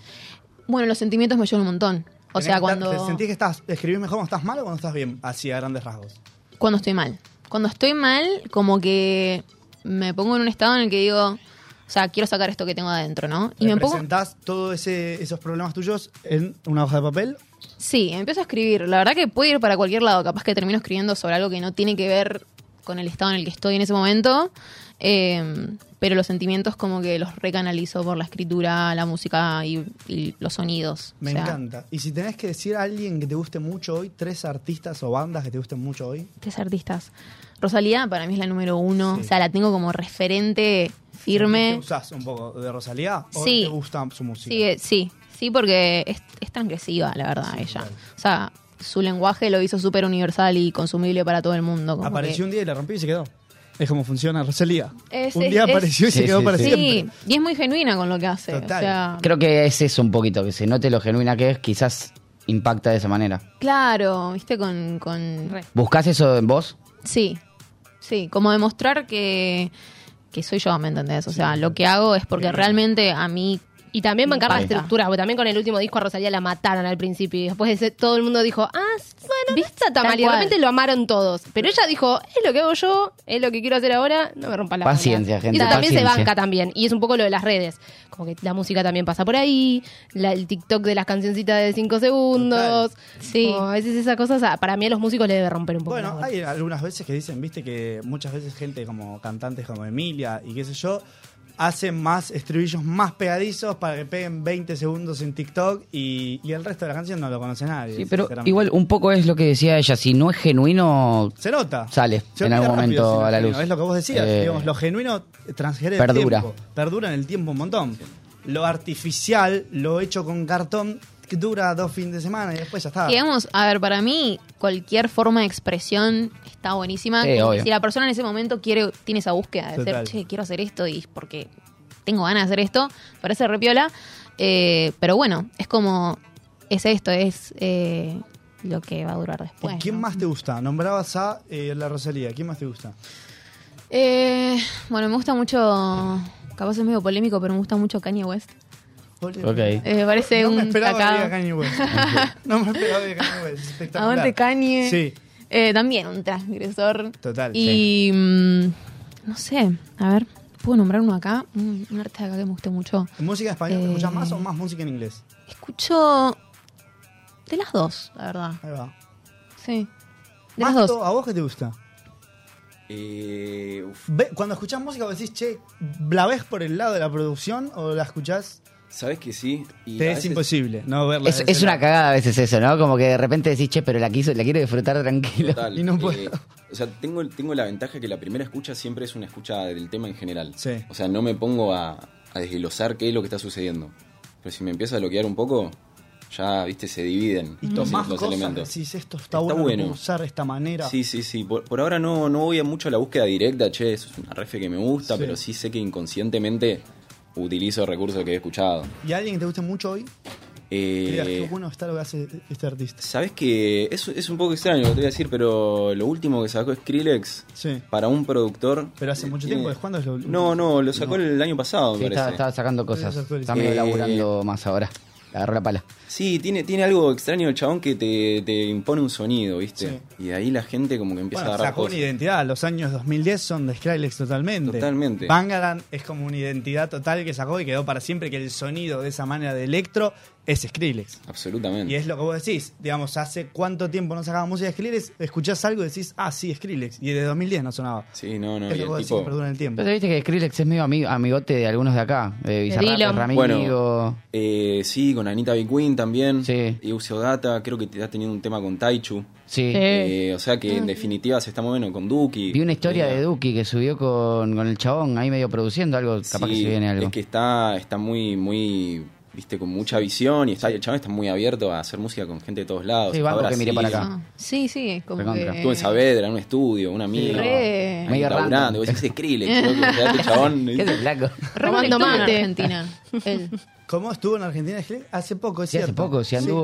Speaker 11: Bueno, los sentimientos me llevan un montón. O
Speaker 2: Tenés
Speaker 11: sea,
Speaker 2: que estar-
Speaker 11: cuando...
Speaker 2: te- ¿Sentís que estás, escribís mejor cuando estás mal o cuando estás bien? Así, a grandes rasgos.
Speaker 11: Cuando estoy mal. Cuando estoy mal, como que me pongo en un estado en el que digo, o sea, quiero sacar esto que tengo adentro, ¿no? Y me pongo...
Speaker 2: ¿Representás todos ese- esos problemas tuyos en una hoja de papel?
Speaker 11: Sí, empiezo a escribir. La verdad que puede ir para cualquier lado. Capaz que termino escribiendo sobre algo que no tiene que ver con el estado en el que estoy en ese momento. Eh, pero los sentimientos como que los recanalizo por la escritura, la música y, y los sonidos.
Speaker 2: Me
Speaker 11: O sea,
Speaker 2: encanta. Y si tenés que decir a alguien que te guste mucho hoy, tres artistas o bandas que te gusten mucho hoy.
Speaker 11: Tres artistas. Rosalía para mí es la número uno. O sea, la tengo como referente firme.
Speaker 2: ¿Te usás un poco de Rosalía? ¿O
Speaker 11: Sí.
Speaker 2: te gusta su música?
Speaker 11: Sí, eh, sí, sí, porque es, es transgresiva, la verdad, ella. O sea, su lenguaje lo hizo súper universal y consumible para todo el mundo. como
Speaker 2: Apareció
Speaker 11: que-
Speaker 2: un día y la rompió y se quedó. Es como funciona Rosalía.
Speaker 11: Es-
Speaker 2: un
Speaker 11: es-
Speaker 2: día
Speaker 11: es-
Speaker 2: apareció y se
Speaker 3: Sí,
Speaker 2: quedó
Speaker 3: sí,
Speaker 2: para
Speaker 3: sí.
Speaker 2: siempre.
Speaker 11: Sí, y es muy genuina con lo que hace.
Speaker 2: Total.
Speaker 11: O sea,
Speaker 3: Creo que es eso un poquito, que se note lo genuina que es, quizás impacta de esa manera.
Speaker 11: claro, viste, con. con
Speaker 3: ¿Buscás eso en vos?
Speaker 11: sí, sí, como demostrar que, que soy yo, ¿me entendés? O sea, lo que hago es porque realmente a mí.
Speaker 4: Y también bancar las
Speaker 11: Basta.
Speaker 4: estructuras, porque también con el último disco a Rosalía la mataron al principio. Y después de ese- todo el mundo dijo, ah, bueno, no está tan
Speaker 11: Tal
Speaker 4: mal. Y de
Speaker 11: cual.
Speaker 4: repente lo amaron todos. Pero ella dijo, es lo que hago yo, es lo que quiero hacer ahora, no me rompa la
Speaker 3: Paciencia, gente,
Speaker 4: Y eso también se
Speaker 3: paciencia.
Speaker 4: banca también. Y es un poco lo de las redes. Como que la música también pasa por ahí, la- el TikTok de las cancioncitas de 5 segundos. Sí. a veces esas cosas, ah, para mí a los músicos les debe romper un poco. la
Speaker 2: Bueno,
Speaker 4: bola.
Speaker 2: hay algunas veces que dicen, viste, que muchas veces gente como cantantes como Emilia y qué sé yo, hacen más estribillos más pegadizos para que peguen 20 segundos en TikTok y, y el resto de la canción no lo conoce nadie.
Speaker 3: Sí, pero
Speaker 2: sinceramente.
Speaker 3: igual un poco es lo que decía ella, si no es genuino,
Speaker 2: Se nota.
Speaker 3: sale
Speaker 2: Se
Speaker 3: en
Speaker 2: olvida
Speaker 3: algún
Speaker 2: rápido si
Speaker 3: momento
Speaker 2: no
Speaker 3: a la
Speaker 2: es
Speaker 3: luz.
Speaker 2: genuino. Es lo que vos decías,
Speaker 3: Eh,
Speaker 2: digamos, lo genuino transgrede
Speaker 3: perdura.
Speaker 2: el tiempo. Perdura en el tiempo un montón. Lo artificial, lo hecho con cartón, que dura dos fines de semana y después ya
Speaker 3: Ah.
Speaker 2: está.
Speaker 11: Digamos, a ver, para mí, cualquier forma de expresión está buenísima.
Speaker 3: Sí,
Speaker 11: Como que
Speaker 3: obvio.
Speaker 11: Si la persona en ese momento quiere, tiene esa búsqueda de
Speaker 2: Total.
Speaker 11: hacer, che, quiero hacer esto y porque tengo ganas de hacer esto, parece repiola. Eh, pero bueno, es como, es esto, es eh, lo que va a durar
Speaker 2: ¿Y
Speaker 11: después.
Speaker 2: ¿Quién
Speaker 11: ¿no?
Speaker 2: más te gusta? Nombrabas a eh, la Rosalía. ¿Quién más te gusta?
Speaker 11: Eh, bueno, me gusta mucho. Capaz es medio polémico, pero me gusta mucho Kanye West.
Speaker 3: Ok.
Speaker 11: Eh, me parece
Speaker 2: no
Speaker 11: un
Speaker 2: me esperaba
Speaker 11: sacado.
Speaker 2: que diga Kanye West. no me esperaba que diga Kanye West. Es Espectacular.
Speaker 11: Aguante Kanye.
Speaker 2: Sí,
Speaker 11: Eh, también un transgresor.
Speaker 2: total.
Speaker 11: Y. mm, no sé, a ver, ¿puedo nombrar uno acá? Un, un artista acá que me gustó mucho.
Speaker 2: ¿Música española te
Speaker 11: Eh.
Speaker 2: escuchas más o más música en inglés?
Speaker 11: Escucho. De las dos, la verdad.
Speaker 2: Ahí va.
Speaker 11: Sí. De las
Speaker 2: Masto,
Speaker 11: dos.
Speaker 2: ¿A vos qué te gusta?
Speaker 12: Eh, uf,
Speaker 2: Ve- cuando escuchás música vos decís, che, ¿la ves por el lado de la producción o la escuchás?
Speaker 12: ¿Sabes que sí? Y
Speaker 2: Te
Speaker 12: a
Speaker 2: es
Speaker 12: veces-
Speaker 2: imposible no verla.
Speaker 3: Es,
Speaker 2: de
Speaker 3: es
Speaker 2: ese
Speaker 3: una
Speaker 2: lado.
Speaker 3: cagada a veces eso, ¿no? Como que de repente decís, che, pero la, quiso, la quiero disfrutar tranquilo.
Speaker 12: Total,
Speaker 2: Y no
Speaker 12: eh,
Speaker 2: puedo.
Speaker 12: o sea, tengo, tengo la ventaja que la primera escucha siempre es una escucha del tema en general.
Speaker 2: Sí.
Speaker 12: O sea, no me pongo a, a desglosar qué es lo que está sucediendo. Pero si me empieza a bloquear un poco, ya, viste, se dividen
Speaker 2: Y
Speaker 12: los,
Speaker 2: tomás
Speaker 12: los
Speaker 2: cosas,
Speaker 12: elementos.
Speaker 2: decís, esto está,
Speaker 12: Está
Speaker 2: bueno, lo
Speaker 12: bueno.
Speaker 2: puedo usar de esta manera.
Speaker 12: Sí, sí, sí. Por, por ahora no, no voy a mucho a la búsqueda directa, che, eso es una refe que me gusta,
Speaker 2: Sí.
Speaker 12: pero sí sé que inconscientemente utilizo recursos que he escuchado.
Speaker 2: ¿Y alguien que te guste mucho hoy?
Speaker 12: Eh,
Speaker 2: Que digas, qué bueno está lo que hace este artista.
Speaker 12: Sabes que es, es un poco extraño lo que te voy a decir, pero lo último que sacó Skrillex
Speaker 2: Sí.
Speaker 12: para un productor. eh,
Speaker 2: Pero hace mucho
Speaker 12: tiene-
Speaker 2: tiempo, ¿desde cuándo es lo-
Speaker 12: No, no, lo sacó el año pasado, me
Speaker 3: Sí,
Speaker 12: parece.
Speaker 3: estaba, estaba sacando cosas.
Speaker 2: Desactualizado.
Speaker 3: Está medio
Speaker 12: Eh,
Speaker 3: laburando más ahora. Agarró la pala.
Speaker 12: Sí, tiene, tiene algo extraño el chabón que te, te impone un sonido, ¿viste? Y de ahí la gente como que empieza
Speaker 2: Bueno,
Speaker 12: a agarrar
Speaker 2: sacó una
Speaker 12: cosas.
Speaker 2: identidad. Los años 2010 son de Skrillex totalmente.
Speaker 12: Totalmente.
Speaker 2: Bangaran es como una identidad total que sacó y quedó para siempre que el sonido de esa manera de electro es Skrillex.
Speaker 12: Absolutamente.
Speaker 2: Y es lo que vos decís, digamos, hace cuánto tiempo no sacaba música de Skrillex, escuchás algo y decís, ah, sí, Skrillex. Y desde 2010 no sonaba.
Speaker 12: Sí, no, no. y
Speaker 2: Es lo
Speaker 12: el
Speaker 2: que vos decís
Speaker 12: tipo-
Speaker 2: que perdura en el tiempo.
Speaker 3: Pero viste que Skrillex es medio amigo, amigote de algunos de acá. De Bizarrap,
Speaker 4: Dylan.
Speaker 3: de Ramiro.
Speaker 12: Bueno, eh, sí, con Anita B. Queen también. Sí. Y Uso Data, creo que te has tenido un tema con Taichu.
Speaker 3: Sí. Ah. Sí.
Speaker 12: Eh, o sea que en definitiva se está moviendo con Duki. Eh,
Speaker 3: Vi una historia de Duki que subió con, con el chabón ahí medio produciendo algo, capaz que
Speaker 12: Sí,
Speaker 3: se viene algo.
Speaker 12: Es que está, está muy, muy, viste, con mucha visión y está, el chaval está muy abierto a hacer música con gente de todos lados.
Speaker 3: Sí,
Speaker 12: Está
Speaker 3: banco que mire para
Speaker 12: Brasil,
Speaker 3: acá.
Speaker 11: Sí, sí, como
Speaker 12: recontra.
Speaker 11: que...
Speaker 12: Estuvo en Saavedra, en un estudio, un amigo.
Speaker 11: Re.
Speaker 12: ahí
Speaker 11: Medio
Speaker 12: laburando.
Speaker 3: random.
Speaker 12: Vos decís, Skrillex, loco, o sea, este chabón.
Speaker 3: ¿Qué es el flaco?
Speaker 11: Re conectó con Argentina.
Speaker 4: Eh,
Speaker 11: Él.
Speaker 2: ¿Cómo estuvo en Argentina Skrillex? Hace poco, es
Speaker 3: Sí, hace
Speaker 2: cierto.
Speaker 3: poco, si
Speaker 2: Sí, es cierto.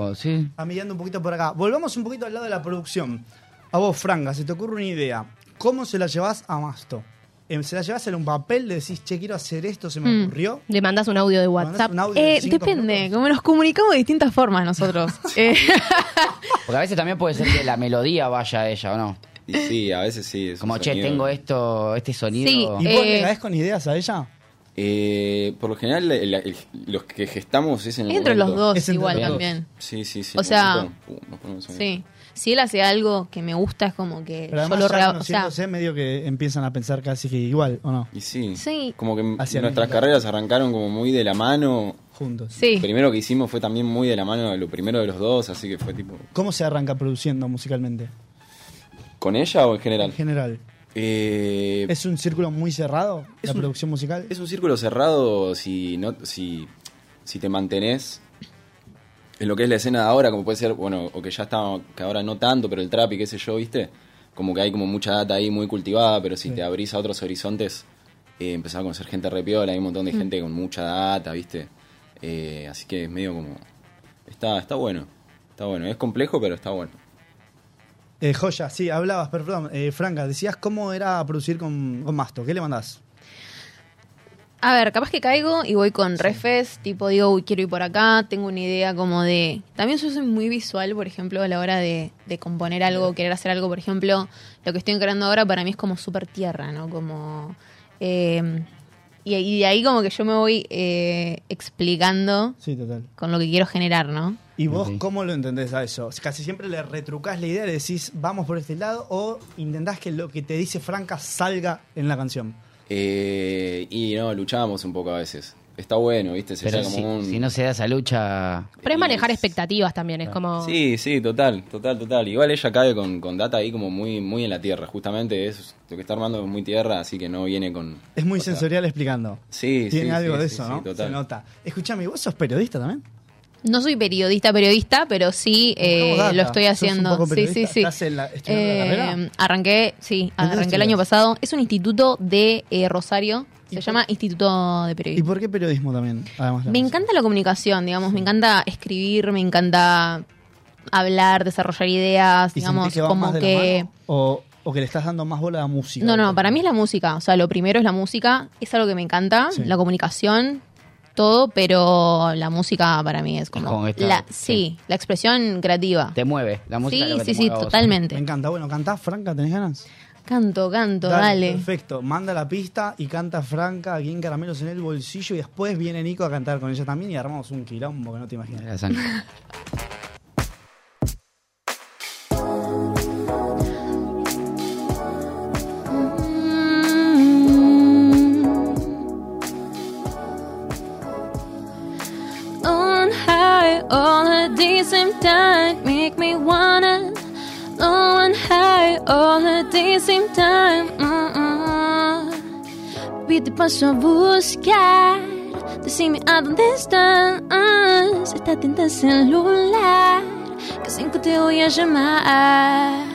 Speaker 3: anduvo. Sí.
Speaker 2: amigando un poquito por acá. Volvamos un poquito al lado de la producción. A vos, Franga, se te ocurre una idea. ¿Cómo se la llevás a Masto? Em, ¿Se la llevas en un papel? Le decís, che, quiero hacer esto, se me
Speaker 11: Mm.
Speaker 2: ocurrió.
Speaker 4: Le mandas un audio de WhatsApp.
Speaker 2: un audio de
Speaker 11: Eh,
Speaker 2: cinco
Speaker 11: depende, como nos comunicamos de distintas formas nosotros. Eh,
Speaker 3: Porque a veces también puede ser que la melodía vaya a ella, ¿o no?
Speaker 12: Y sí, a veces sí. es un
Speaker 3: Como, che,
Speaker 12: sonido.
Speaker 3: tengo esto, este sonido.
Speaker 11: Sí,
Speaker 2: ¿Y vos le
Speaker 11: Eh.
Speaker 2: caes con ideas a ella?
Speaker 12: Eh, por lo general, el- el- los que gestamos es en el.
Speaker 11: entre los
Speaker 12: momento.
Speaker 11: dos
Speaker 2: Es entre
Speaker 11: igual
Speaker 2: los dos.
Speaker 11: también.
Speaker 12: Sí, sí, sí.
Speaker 11: O sea,
Speaker 12: momento, pum, nos ponemos a-
Speaker 11: Sí. Si él hace algo que me gusta es como que
Speaker 2: Pero
Speaker 11: yo
Speaker 2: además,
Speaker 11: lo
Speaker 2: ya
Speaker 11: rea- o sea,
Speaker 2: conociéndose, medio que empiezan a pensar casi que igual, ¿o no?
Speaker 12: Y sí.
Speaker 11: Sí.
Speaker 12: Como que
Speaker 2: Hacia el
Speaker 12: nuestras
Speaker 2: mismo lado.
Speaker 12: carreras arrancaron como muy de la mano.
Speaker 2: Juntos.
Speaker 12: Lo
Speaker 11: sí.
Speaker 12: primero que hicimos fue también muy de la mano de lo primero de los dos, así que fue tipo.
Speaker 2: ¿Cómo se arranca produciendo musicalmente?
Speaker 12: ¿Con ella o en general?
Speaker 2: En general.
Speaker 12: Eh, es,
Speaker 2: ¿Es un círculo muy cerrado
Speaker 12: Es
Speaker 2: la
Speaker 12: un-
Speaker 2: producción musical?
Speaker 12: un círculo cerrado si no si, si te mantenés en lo que es la escena de ahora, como puede ser, bueno, o que ya está, que ahora no tanto, pero el trap y qué sé yo, ¿viste? Como que hay como mucha data ahí muy cultivada, pero si
Speaker 2: Sí.
Speaker 12: te abrís a otros horizontes, eh, empezás a conocer gente repiola, hay un montón de gente con mucha data, ¿viste? Eh, así que es medio como... Está, está bueno, está bueno. Es complejo, pero está bueno.
Speaker 2: Eh, joya, sí, hablabas, perdón. eh, Franga, decías cómo era producir con, con Masto. ¿Qué le mandás?
Speaker 11: A ver, capaz que caigo y voy con refes, tipo digo, uy, quiero ir por acá, tengo una idea como de... También yo soy muy visual, por ejemplo, a la hora de, de componer algo, querer hacer algo, por ejemplo, lo que estoy encarando ahora para mí es como súper tierra, ¿no? Como... eh, y, y de ahí como que yo me voy eh, explicando
Speaker 2: Sí, total.
Speaker 11: con lo que quiero generar, ¿no?
Speaker 2: ¿Y vos
Speaker 3: Ok.
Speaker 2: cómo lo entendés a eso? Casi siempre le retrucás la idea, le decís vamos por este lado o intentás que lo que te dice Franca salga en la canción.
Speaker 12: Eh, y no, luchábamos un poco a veces. Está bueno, ¿viste? Se
Speaker 3: Pero
Speaker 12: hacía
Speaker 3: si,
Speaker 12: como un-
Speaker 3: si no se da esa lucha.
Speaker 4: Pero es manejar
Speaker 12: Y-
Speaker 4: expectativas también, es como...
Speaker 12: Sí, sí, total, total, total. Igual ella cae con, con data ahí como muy, muy en la tierra, justamente es lo que está armando es muy tierra, así que no viene con...
Speaker 2: Es muy
Speaker 12: o sea,
Speaker 2: sensorial explicando.
Speaker 12: Sí,
Speaker 2: Tiene
Speaker 12: sí,
Speaker 2: algo
Speaker 12: sí,
Speaker 2: de
Speaker 12: sí,
Speaker 2: eso,
Speaker 12: sí,
Speaker 2: ¿no?
Speaker 12: total.
Speaker 2: Se nota. Escúchame, ¿vos sos periodista también?
Speaker 11: No soy periodista, periodista, pero sí eh,
Speaker 2: Buscamos data.
Speaker 11: lo estoy
Speaker 2: ¿Sos un
Speaker 11: haciendo.
Speaker 2: poco
Speaker 11: Sí, sí,
Speaker 2: periodista?
Speaker 11: sí. Eh,
Speaker 2: ¿Estás en la- estudiando la carrera?
Speaker 11: Arranqué, sí,
Speaker 2: ¿Dónde
Speaker 11: arranqué el año
Speaker 2: estudias?
Speaker 11: pasado. Es un instituto de eh, Rosario,
Speaker 2: ¿Y
Speaker 11: se
Speaker 2: por-
Speaker 11: llama Instituto de
Speaker 2: ¿Y
Speaker 11: Periodismo.
Speaker 2: por qué periodismo también? Además, la
Speaker 11: Me
Speaker 2: música.
Speaker 11: encanta la comunicación, digamos, me encanta escribir, me encanta hablar, desarrollar ideas,
Speaker 2: ¿Y sentís
Speaker 11: digamos,
Speaker 2: que va
Speaker 11: como
Speaker 2: más de la
Speaker 11: que...
Speaker 2: mano? O, o que le estás dando más bola a la música.
Speaker 11: No, no, para mí es la música. O sea, lo primero es la música. Es algo que me encanta.
Speaker 2: Sí.
Speaker 11: La comunicación, todo, pero la música para mí es como.
Speaker 3: como esta-
Speaker 11: la, sí,
Speaker 3: sí.
Speaker 11: la expresión creativa.
Speaker 3: Te mueve. La música es lo
Speaker 11: sí,
Speaker 3: que te
Speaker 11: sí, sí,
Speaker 3: mueve a vos.
Speaker 11: totalmente.
Speaker 2: Me encanta. Bueno, ¿cantás Franca? ¿Tenés ganas?
Speaker 11: Canto, canto, dale.
Speaker 2: Perfecto. Manda la pista y canta Franca aquí en Caramelos en el bolsillo. Y después viene Nico a cantar con ella también y armamos un quilombo que no te imaginas.
Speaker 3: La sangre.
Speaker 11: On high, all the days in time make me wanna. Low and high, all the days in time. mm-mm. Vi te paso a buscar, decime a dónde estás. Está atenta al celular, que cinco te voy a llamar.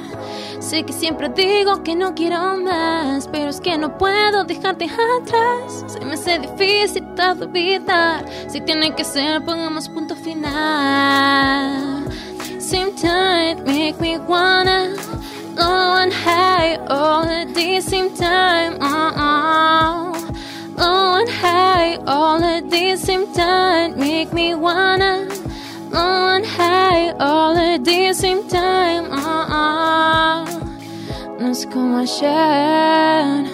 Speaker 11: Sé que siempre digo que no quiero más, pero es que no puedo dejarte atrás. Se me hace difícil tanto olvidar. Si tiene que ser, pongamos punto final. Same time, make me wanna low and high all at the same time. Uh-uh. Low and high all at the same time, make me wanna low and high all at the same time. Uh-uh. No es como ayer,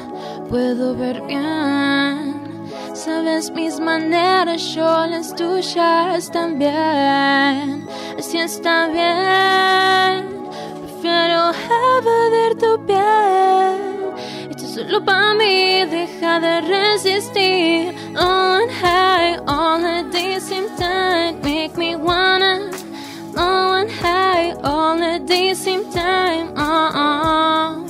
Speaker 11: puedo ver bien.
Speaker 13: Sabes mis maneras, yo las tuyas también. Así está bien. Prefiero evadir tu piel. Esto es solo para mí, deja de resistir. On high, all at the same time. Make me wanna. Low and high, all at the same time. Uh-uh.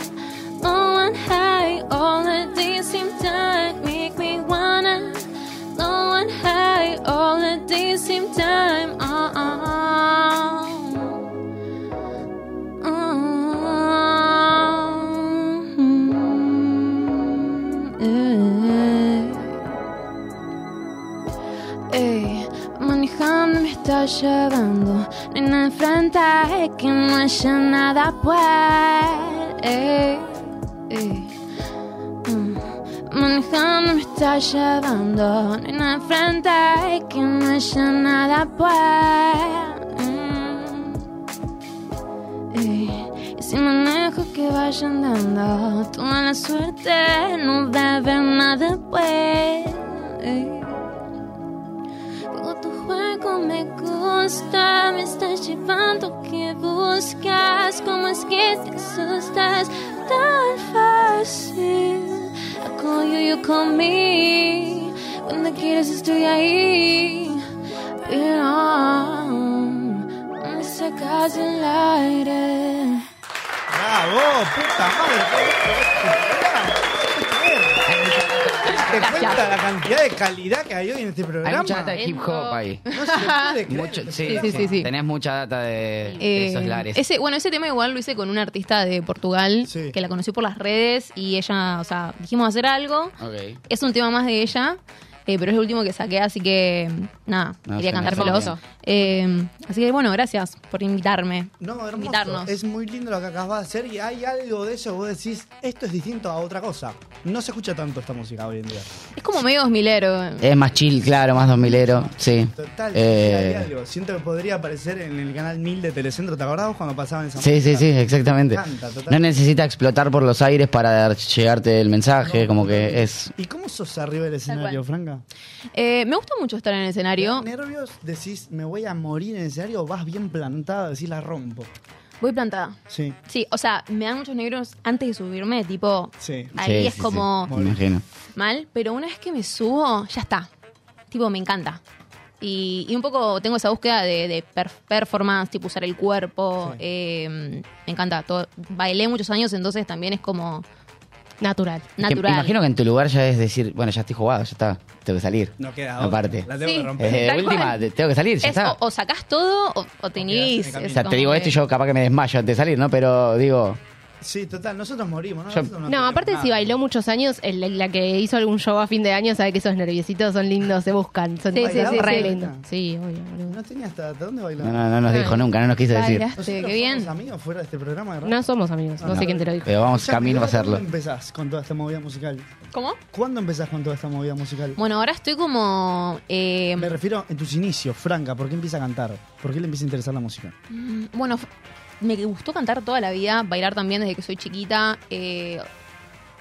Speaker 13: Low and high, all at the same time. Make me wanna. Low and high, all at the same time. Uh-uh. Uh-uh. Mm. Ey, manejando me está llevando Nena enfrente que no haya nada pues Ey, ey. Mm, Manejando me está llevando Nena enfrente que no haya nada pues Mm, ey. Y si manejo que vaya andando Toda la suerte no debe nada pues Ey. Todo tu juego me gusta, me estás llevando que buscas, cómo es que te asustas tan fácil. I call you, you call me, cuando quieres estoy ahí. Yeah. Me sacas el aire.
Speaker 2: ¡Bravo! Oh, ¡Puta madre! ¿Te cuenta la cantidad de calidad que hay hoy en este programa?
Speaker 3: Hay mucha data de hip hop ahí.
Speaker 2: No se puede creer.
Speaker 3: Mucho- sí,
Speaker 11: Sí, sí, sí, sí.
Speaker 3: Tenés mucha data de, de
Speaker 11: Eh,
Speaker 3: esos lares.
Speaker 11: Ese, bueno, ese tema igual lo hice con una artista de Portugal que la conocí por las redes y ella, o sea, dijimos hacer algo.
Speaker 3: Ok.
Speaker 11: Es un tema más de ella, eh, pero es el último que saqué, así que nada,
Speaker 3: No,
Speaker 11: quería
Speaker 3: se
Speaker 11: cantárselos.
Speaker 3: merece.
Speaker 11: Eh, así que bueno, gracias por invitarme.
Speaker 2: No, hermoso.
Speaker 11: Invitarnos.
Speaker 2: Es muy lindo lo que acabas de hacer y hay algo de eso. que Vos decís, esto es distinto a otra cosa. No se escucha tanto esta música hoy en día.
Speaker 11: Es como medio dos milero.
Speaker 3: Es más chill, claro, más dos milero. Sí.
Speaker 2: Total,
Speaker 3: Eh,
Speaker 2: sí, hay algo. Siento que podría aparecer en el canal 1000 de Telecentro. ¿Te acordabas cuando pasaban esa
Speaker 3: Sí, sí,
Speaker 2: música?
Speaker 3: sí, exactamente.
Speaker 2: Me encanta, total.
Speaker 3: No necesita explotar por los aires para dar- llegarte el mensaje, como que es...
Speaker 2: ¿Y cómo sos arriba del escenario, Franca?
Speaker 11: Eh, me gusta mucho estar en el escenario.
Speaker 2: ¿Te da nervios? ¿Decís, me voy a morir en el escenario o vas bien plantada? Decís, la rompo.
Speaker 11: Voy plantada.
Speaker 2: Sí.
Speaker 11: Sí, o sea, me dan muchos negros antes de subirme, tipo,
Speaker 2: Sí.
Speaker 11: ahí
Speaker 3: Sí,
Speaker 11: es
Speaker 3: sí, sí,
Speaker 11: como
Speaker 3: me imagino.
Speaker 11: mal, pero una vez que me subo, ya está. Tipo, me encanta. Y, y un poco tengo esa búsqueda de, de per- performance, tipo usar el cuerpo. eh, me encanta. Todo, bailé muchos años, entonces también es como
Speaker 4: natural.
Speaker 3: Que me
Speaker 11: Natural.
Speaker 3: imagino que en tu lugar ya es decir, bueno, ya estoy jugado, ya está, tengo que salir.
Speaker 2: No queda otra.
Speaker 3: Aparte.
Speaker 2: La tengo que
Speaker 11: Sí.
Speaker 2: romper.
Speaker 3: Eh, de
Speaker 11: Tal
Speaker 3: última,
Speaker 11: cual.
Speaker 3: te- tengo que salir, ya
Speaker 11: Es
Speaker 3: está.
Speaker 11: o, o sacás todo o, o tenís.
Speaker 2: en el
Speaker 3: O
Speaker 11: es
Speaker 3: sea, te
Speaker 11: como
Speaker 3: digo
Speaker 11: que-
Speaker 3: esto y yo capaz que me desmayo antes de salir, ¿no? Pero digo,
Speaker 2: Sí, total, nosotros morimos, ¿no?
Speaker 3: Yo-
Speaker 2: Nosotros
Speaker 4: No, aparte
Speaker 2: nada.
Speaker 4: si bailó muchos años, el- la que hizo algún show a fin de año sabe que esos nerviositos son lindos, se buscan, son
Speaker 11: Sí, sí, sí,
Speaker 4: re
Speaker 11: sí.
Speaker 4: lindos. Sí, obvio. boludo.
Speaker 2: No tenía hasta hasta dónde bailar.
Speaker 3: no, no, no nos dijo nunca, no nos quiso decir.
Speaker 11: Bailaste,
Speaker 2: Nosotros
Speaker 11: qué bien.
Speaker 2: somos amigos fuera de este programa, ¿verdad? Ah,
Speaker 4: No somos amigos, no,
Speaker 2: No.
Speaker 4: sé quién te lo dijo.
Speaker 3: Pero vamos
Speaker 2: Ya,
Speaker 3: camino a
Speaker 2: ¿cuándo
Speaker 3: hacerlo.
Speaker 2: empezás con toda esta movida musical?
Speaker 11: ¿Cómo?
Speaker 2: ¿Cuándo empezás con toda esta movida musical?
Speaker 11: Bueno, ahora estoy como. eh,
Speaker 2: Me refiero en tus inicios, Franca, ¿por qué empieza a cantar? ¿Por qué le empieza a interesar la música?
Speaker 11: Mm, Bueno, f- me gustó cantar toda la vida, bailar también desde que soy chiquita, eh,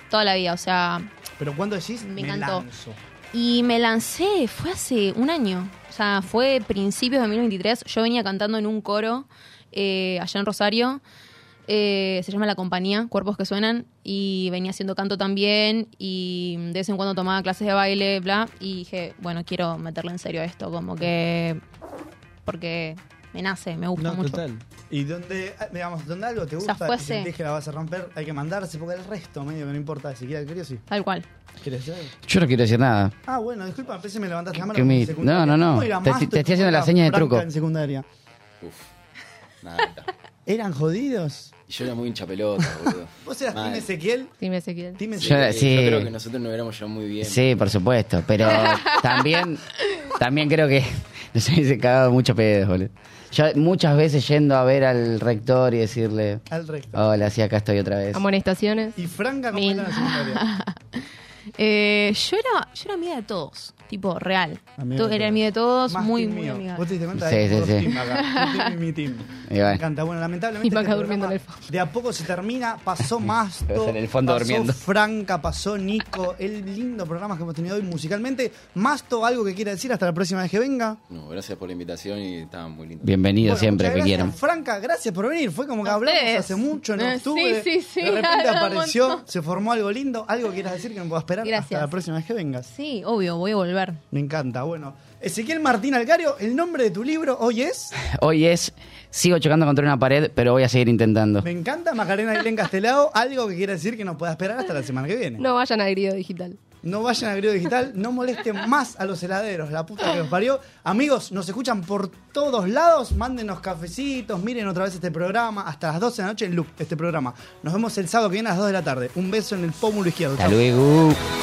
Speaker 11: toda la vida, o sea,
Speaker 2: Pero cuando decís,
Speaker 11: Me
Speaker 2: me,
Speaker 11: encantó.
Speaker 2: lanzo.
Speaker 11: y me lancé, fue hace un año, o sea, fue principios de 2023, yo venía cantando en un coro eh, allá en Rosario, eh, se llama La Compañía, Cuerpos que Suenan, y venía haciendo canto también, y de vez en cuando tomaba clases de baile, bla, y dije, bueno, quiero meterle en serio a esto, como que, porque me nace, me gusta
Speaker 2: No,
Speaker 11: mucho.
Speaker 2: total. Y donde, ah, digamos, donde algo te
Speaker 11: O
Speaker 2: gusta
Speaker 11: sea,
Speaker 2: y
Speaker 11: fue hace-
Speaker 2: sentís que la vas a romper, hay que mandarse, porque el resto medio que no importa, si quieres querer sí.
Speaker 11: Tal cual.
Speaker 2: ¿Quieres hacer?
Speaker 3: Yo no quiero decir nada.
Speaker 2: Ah, bueno, disculpa, a veces me levantaste la mano.
Speaker 3: Que mi-
Speaker 2: en secundaria.
Speaker 3: no, no, no.
Speaker 2: ¿Cómo era
Speaker 3: Te-
Speaker 2: Masto y
Speaker 3: te estoy
Speaker 2: cómo
Speaker 3: haciendo
Speaker 2: era
Speaker 3: las señas de
Speaker 2: Franca
Speaker 3: truco.
Speaker 2: en secundaria?
Speaker 12: Nada.
Speaker 2: ¿Eran jodidos?
Speaker 12: Y yo era muy hincha pelota, boludo.
Speaker 2: ¿Vos eras
Speaker 12: Mal.
Speaker 2: Tim Ezequiel?
Speaker 4: Sí, me sé quién.
Speaker 2: Tim
Speaker 12: Yo,
Speaker 3: Yo
Speaker 2: Ezequiel.
Speaker 3: era- Eh, sí.
Speaker 12: yo creo que nosotros nos hubiéramos llevado muy bien.
Speaker 3: Sí, por supuesto, pero también, también creo que nos hubiese cagado mucho pedos, boludo. Yo muchas veces yendo a ver al rector y decirle,
Speaker 2: Al recto.
Speaker 3: hola, sí, acá estoy otra vez.
Speaker 4: Amonestaciones.
Speaker 2: ¿Y Franca cómo
Speaker 4: Mil.
Speaker 2: era en la secundaria?
Speaker 11: Eh, yo era, yo era amiga de todos, tipo real.
Speaker 2: Amiga de
Speaker 11: To- era
Speaker 2: todos.
Speaker 11: amiga de todos,
Speaker 2: Más
Speaker 11: muy,
Speaker 2: team
Speaker 11: muy
Speaker 2: mío.
Speaker 11: amiga.
Speaker 2: ¿Vos te diste cuenta?
Speaker 3: Sí,
Speaker 2: Hay
Speaker 3: sí,
Speaker 2: dos
Speaker 3: sí.
Speaker 2: team acá, tu team y mi team.
Speaker 3: Y bueno.
Speaker 2: Me encanta. Bueno, lamentablemente.
Speaker 4: Y Maca
Speaker 2: este
Speaker 4: durmiendo en el
Speaker 2: programa De a poco se termina. Pasó Masto.
Speaker 3: En el fondo
Speaker 2: pasó
Speaker 3: durmiendo.
Speaker 2: Franca, pasó Nico. El lindo programa que hemos tenido hoy musicalmente. Masto, algo que quiera decir hasta la próxima vez que venga.
Speaker 12: No, gracias por la invitación y estaban muy lindos.
Speaker 3: Bienvenido
Speaker 2: Bueno,
Speaker 3: siempre,
Speaker 2: muchas
Speaker 3: que
Speaker 2: gracias.
Speaker 3: quieran.
Speaker 2: Franca, gracias por venir. Fue como que hablamos
Speaker 11: ustedes.
Speaker 2: hace mucho en
Speaker 11: Eh,
Speaker 2: octubre.
Speaker 11: sí, sí, sí,
Speaker 2: De repente
Speaker 11: hablamos un
Speaker 2: apareció,
Speaker 11: montón.
Speaker 2: se formó algo lindo. Algo que quieras decir que no puedo esperar hasta
Speaker 11: Gracias.
Speaker 2: la próxima vez que vengas.
Speaker 11: Sí, obvio, voy a volver.
Speaker 2: Me encanta. Bueno, Ezequiel Martín Algario, el nombre de tu libro hoy es.
Speaker 3: Hoy es, sigo chocando contra una pared, pero voy a seguir intentando.
Speaker 2: Me encanta Macarena Ailén Castelao. Algo que quiera decir que no pueda esperar hasta la semana que viene.
Speaker 4: No vayan a Grido Digital.
Speaker 2: No vayan a Grido Digital, no molesten más a los heladeros, la puta que los parió. Amigos, nos escuchan por todos lados, mándenos cafecitos, miren otra vez este programa, hasta las 12 de la noche en loop, este programa. Nos vemos el sábado que viene a las 2 de la tarde. Un beso en el pómulo izquierdo.
Speaker 3: Hasta
Speaker 2: Chau.
Speaker 3: luego.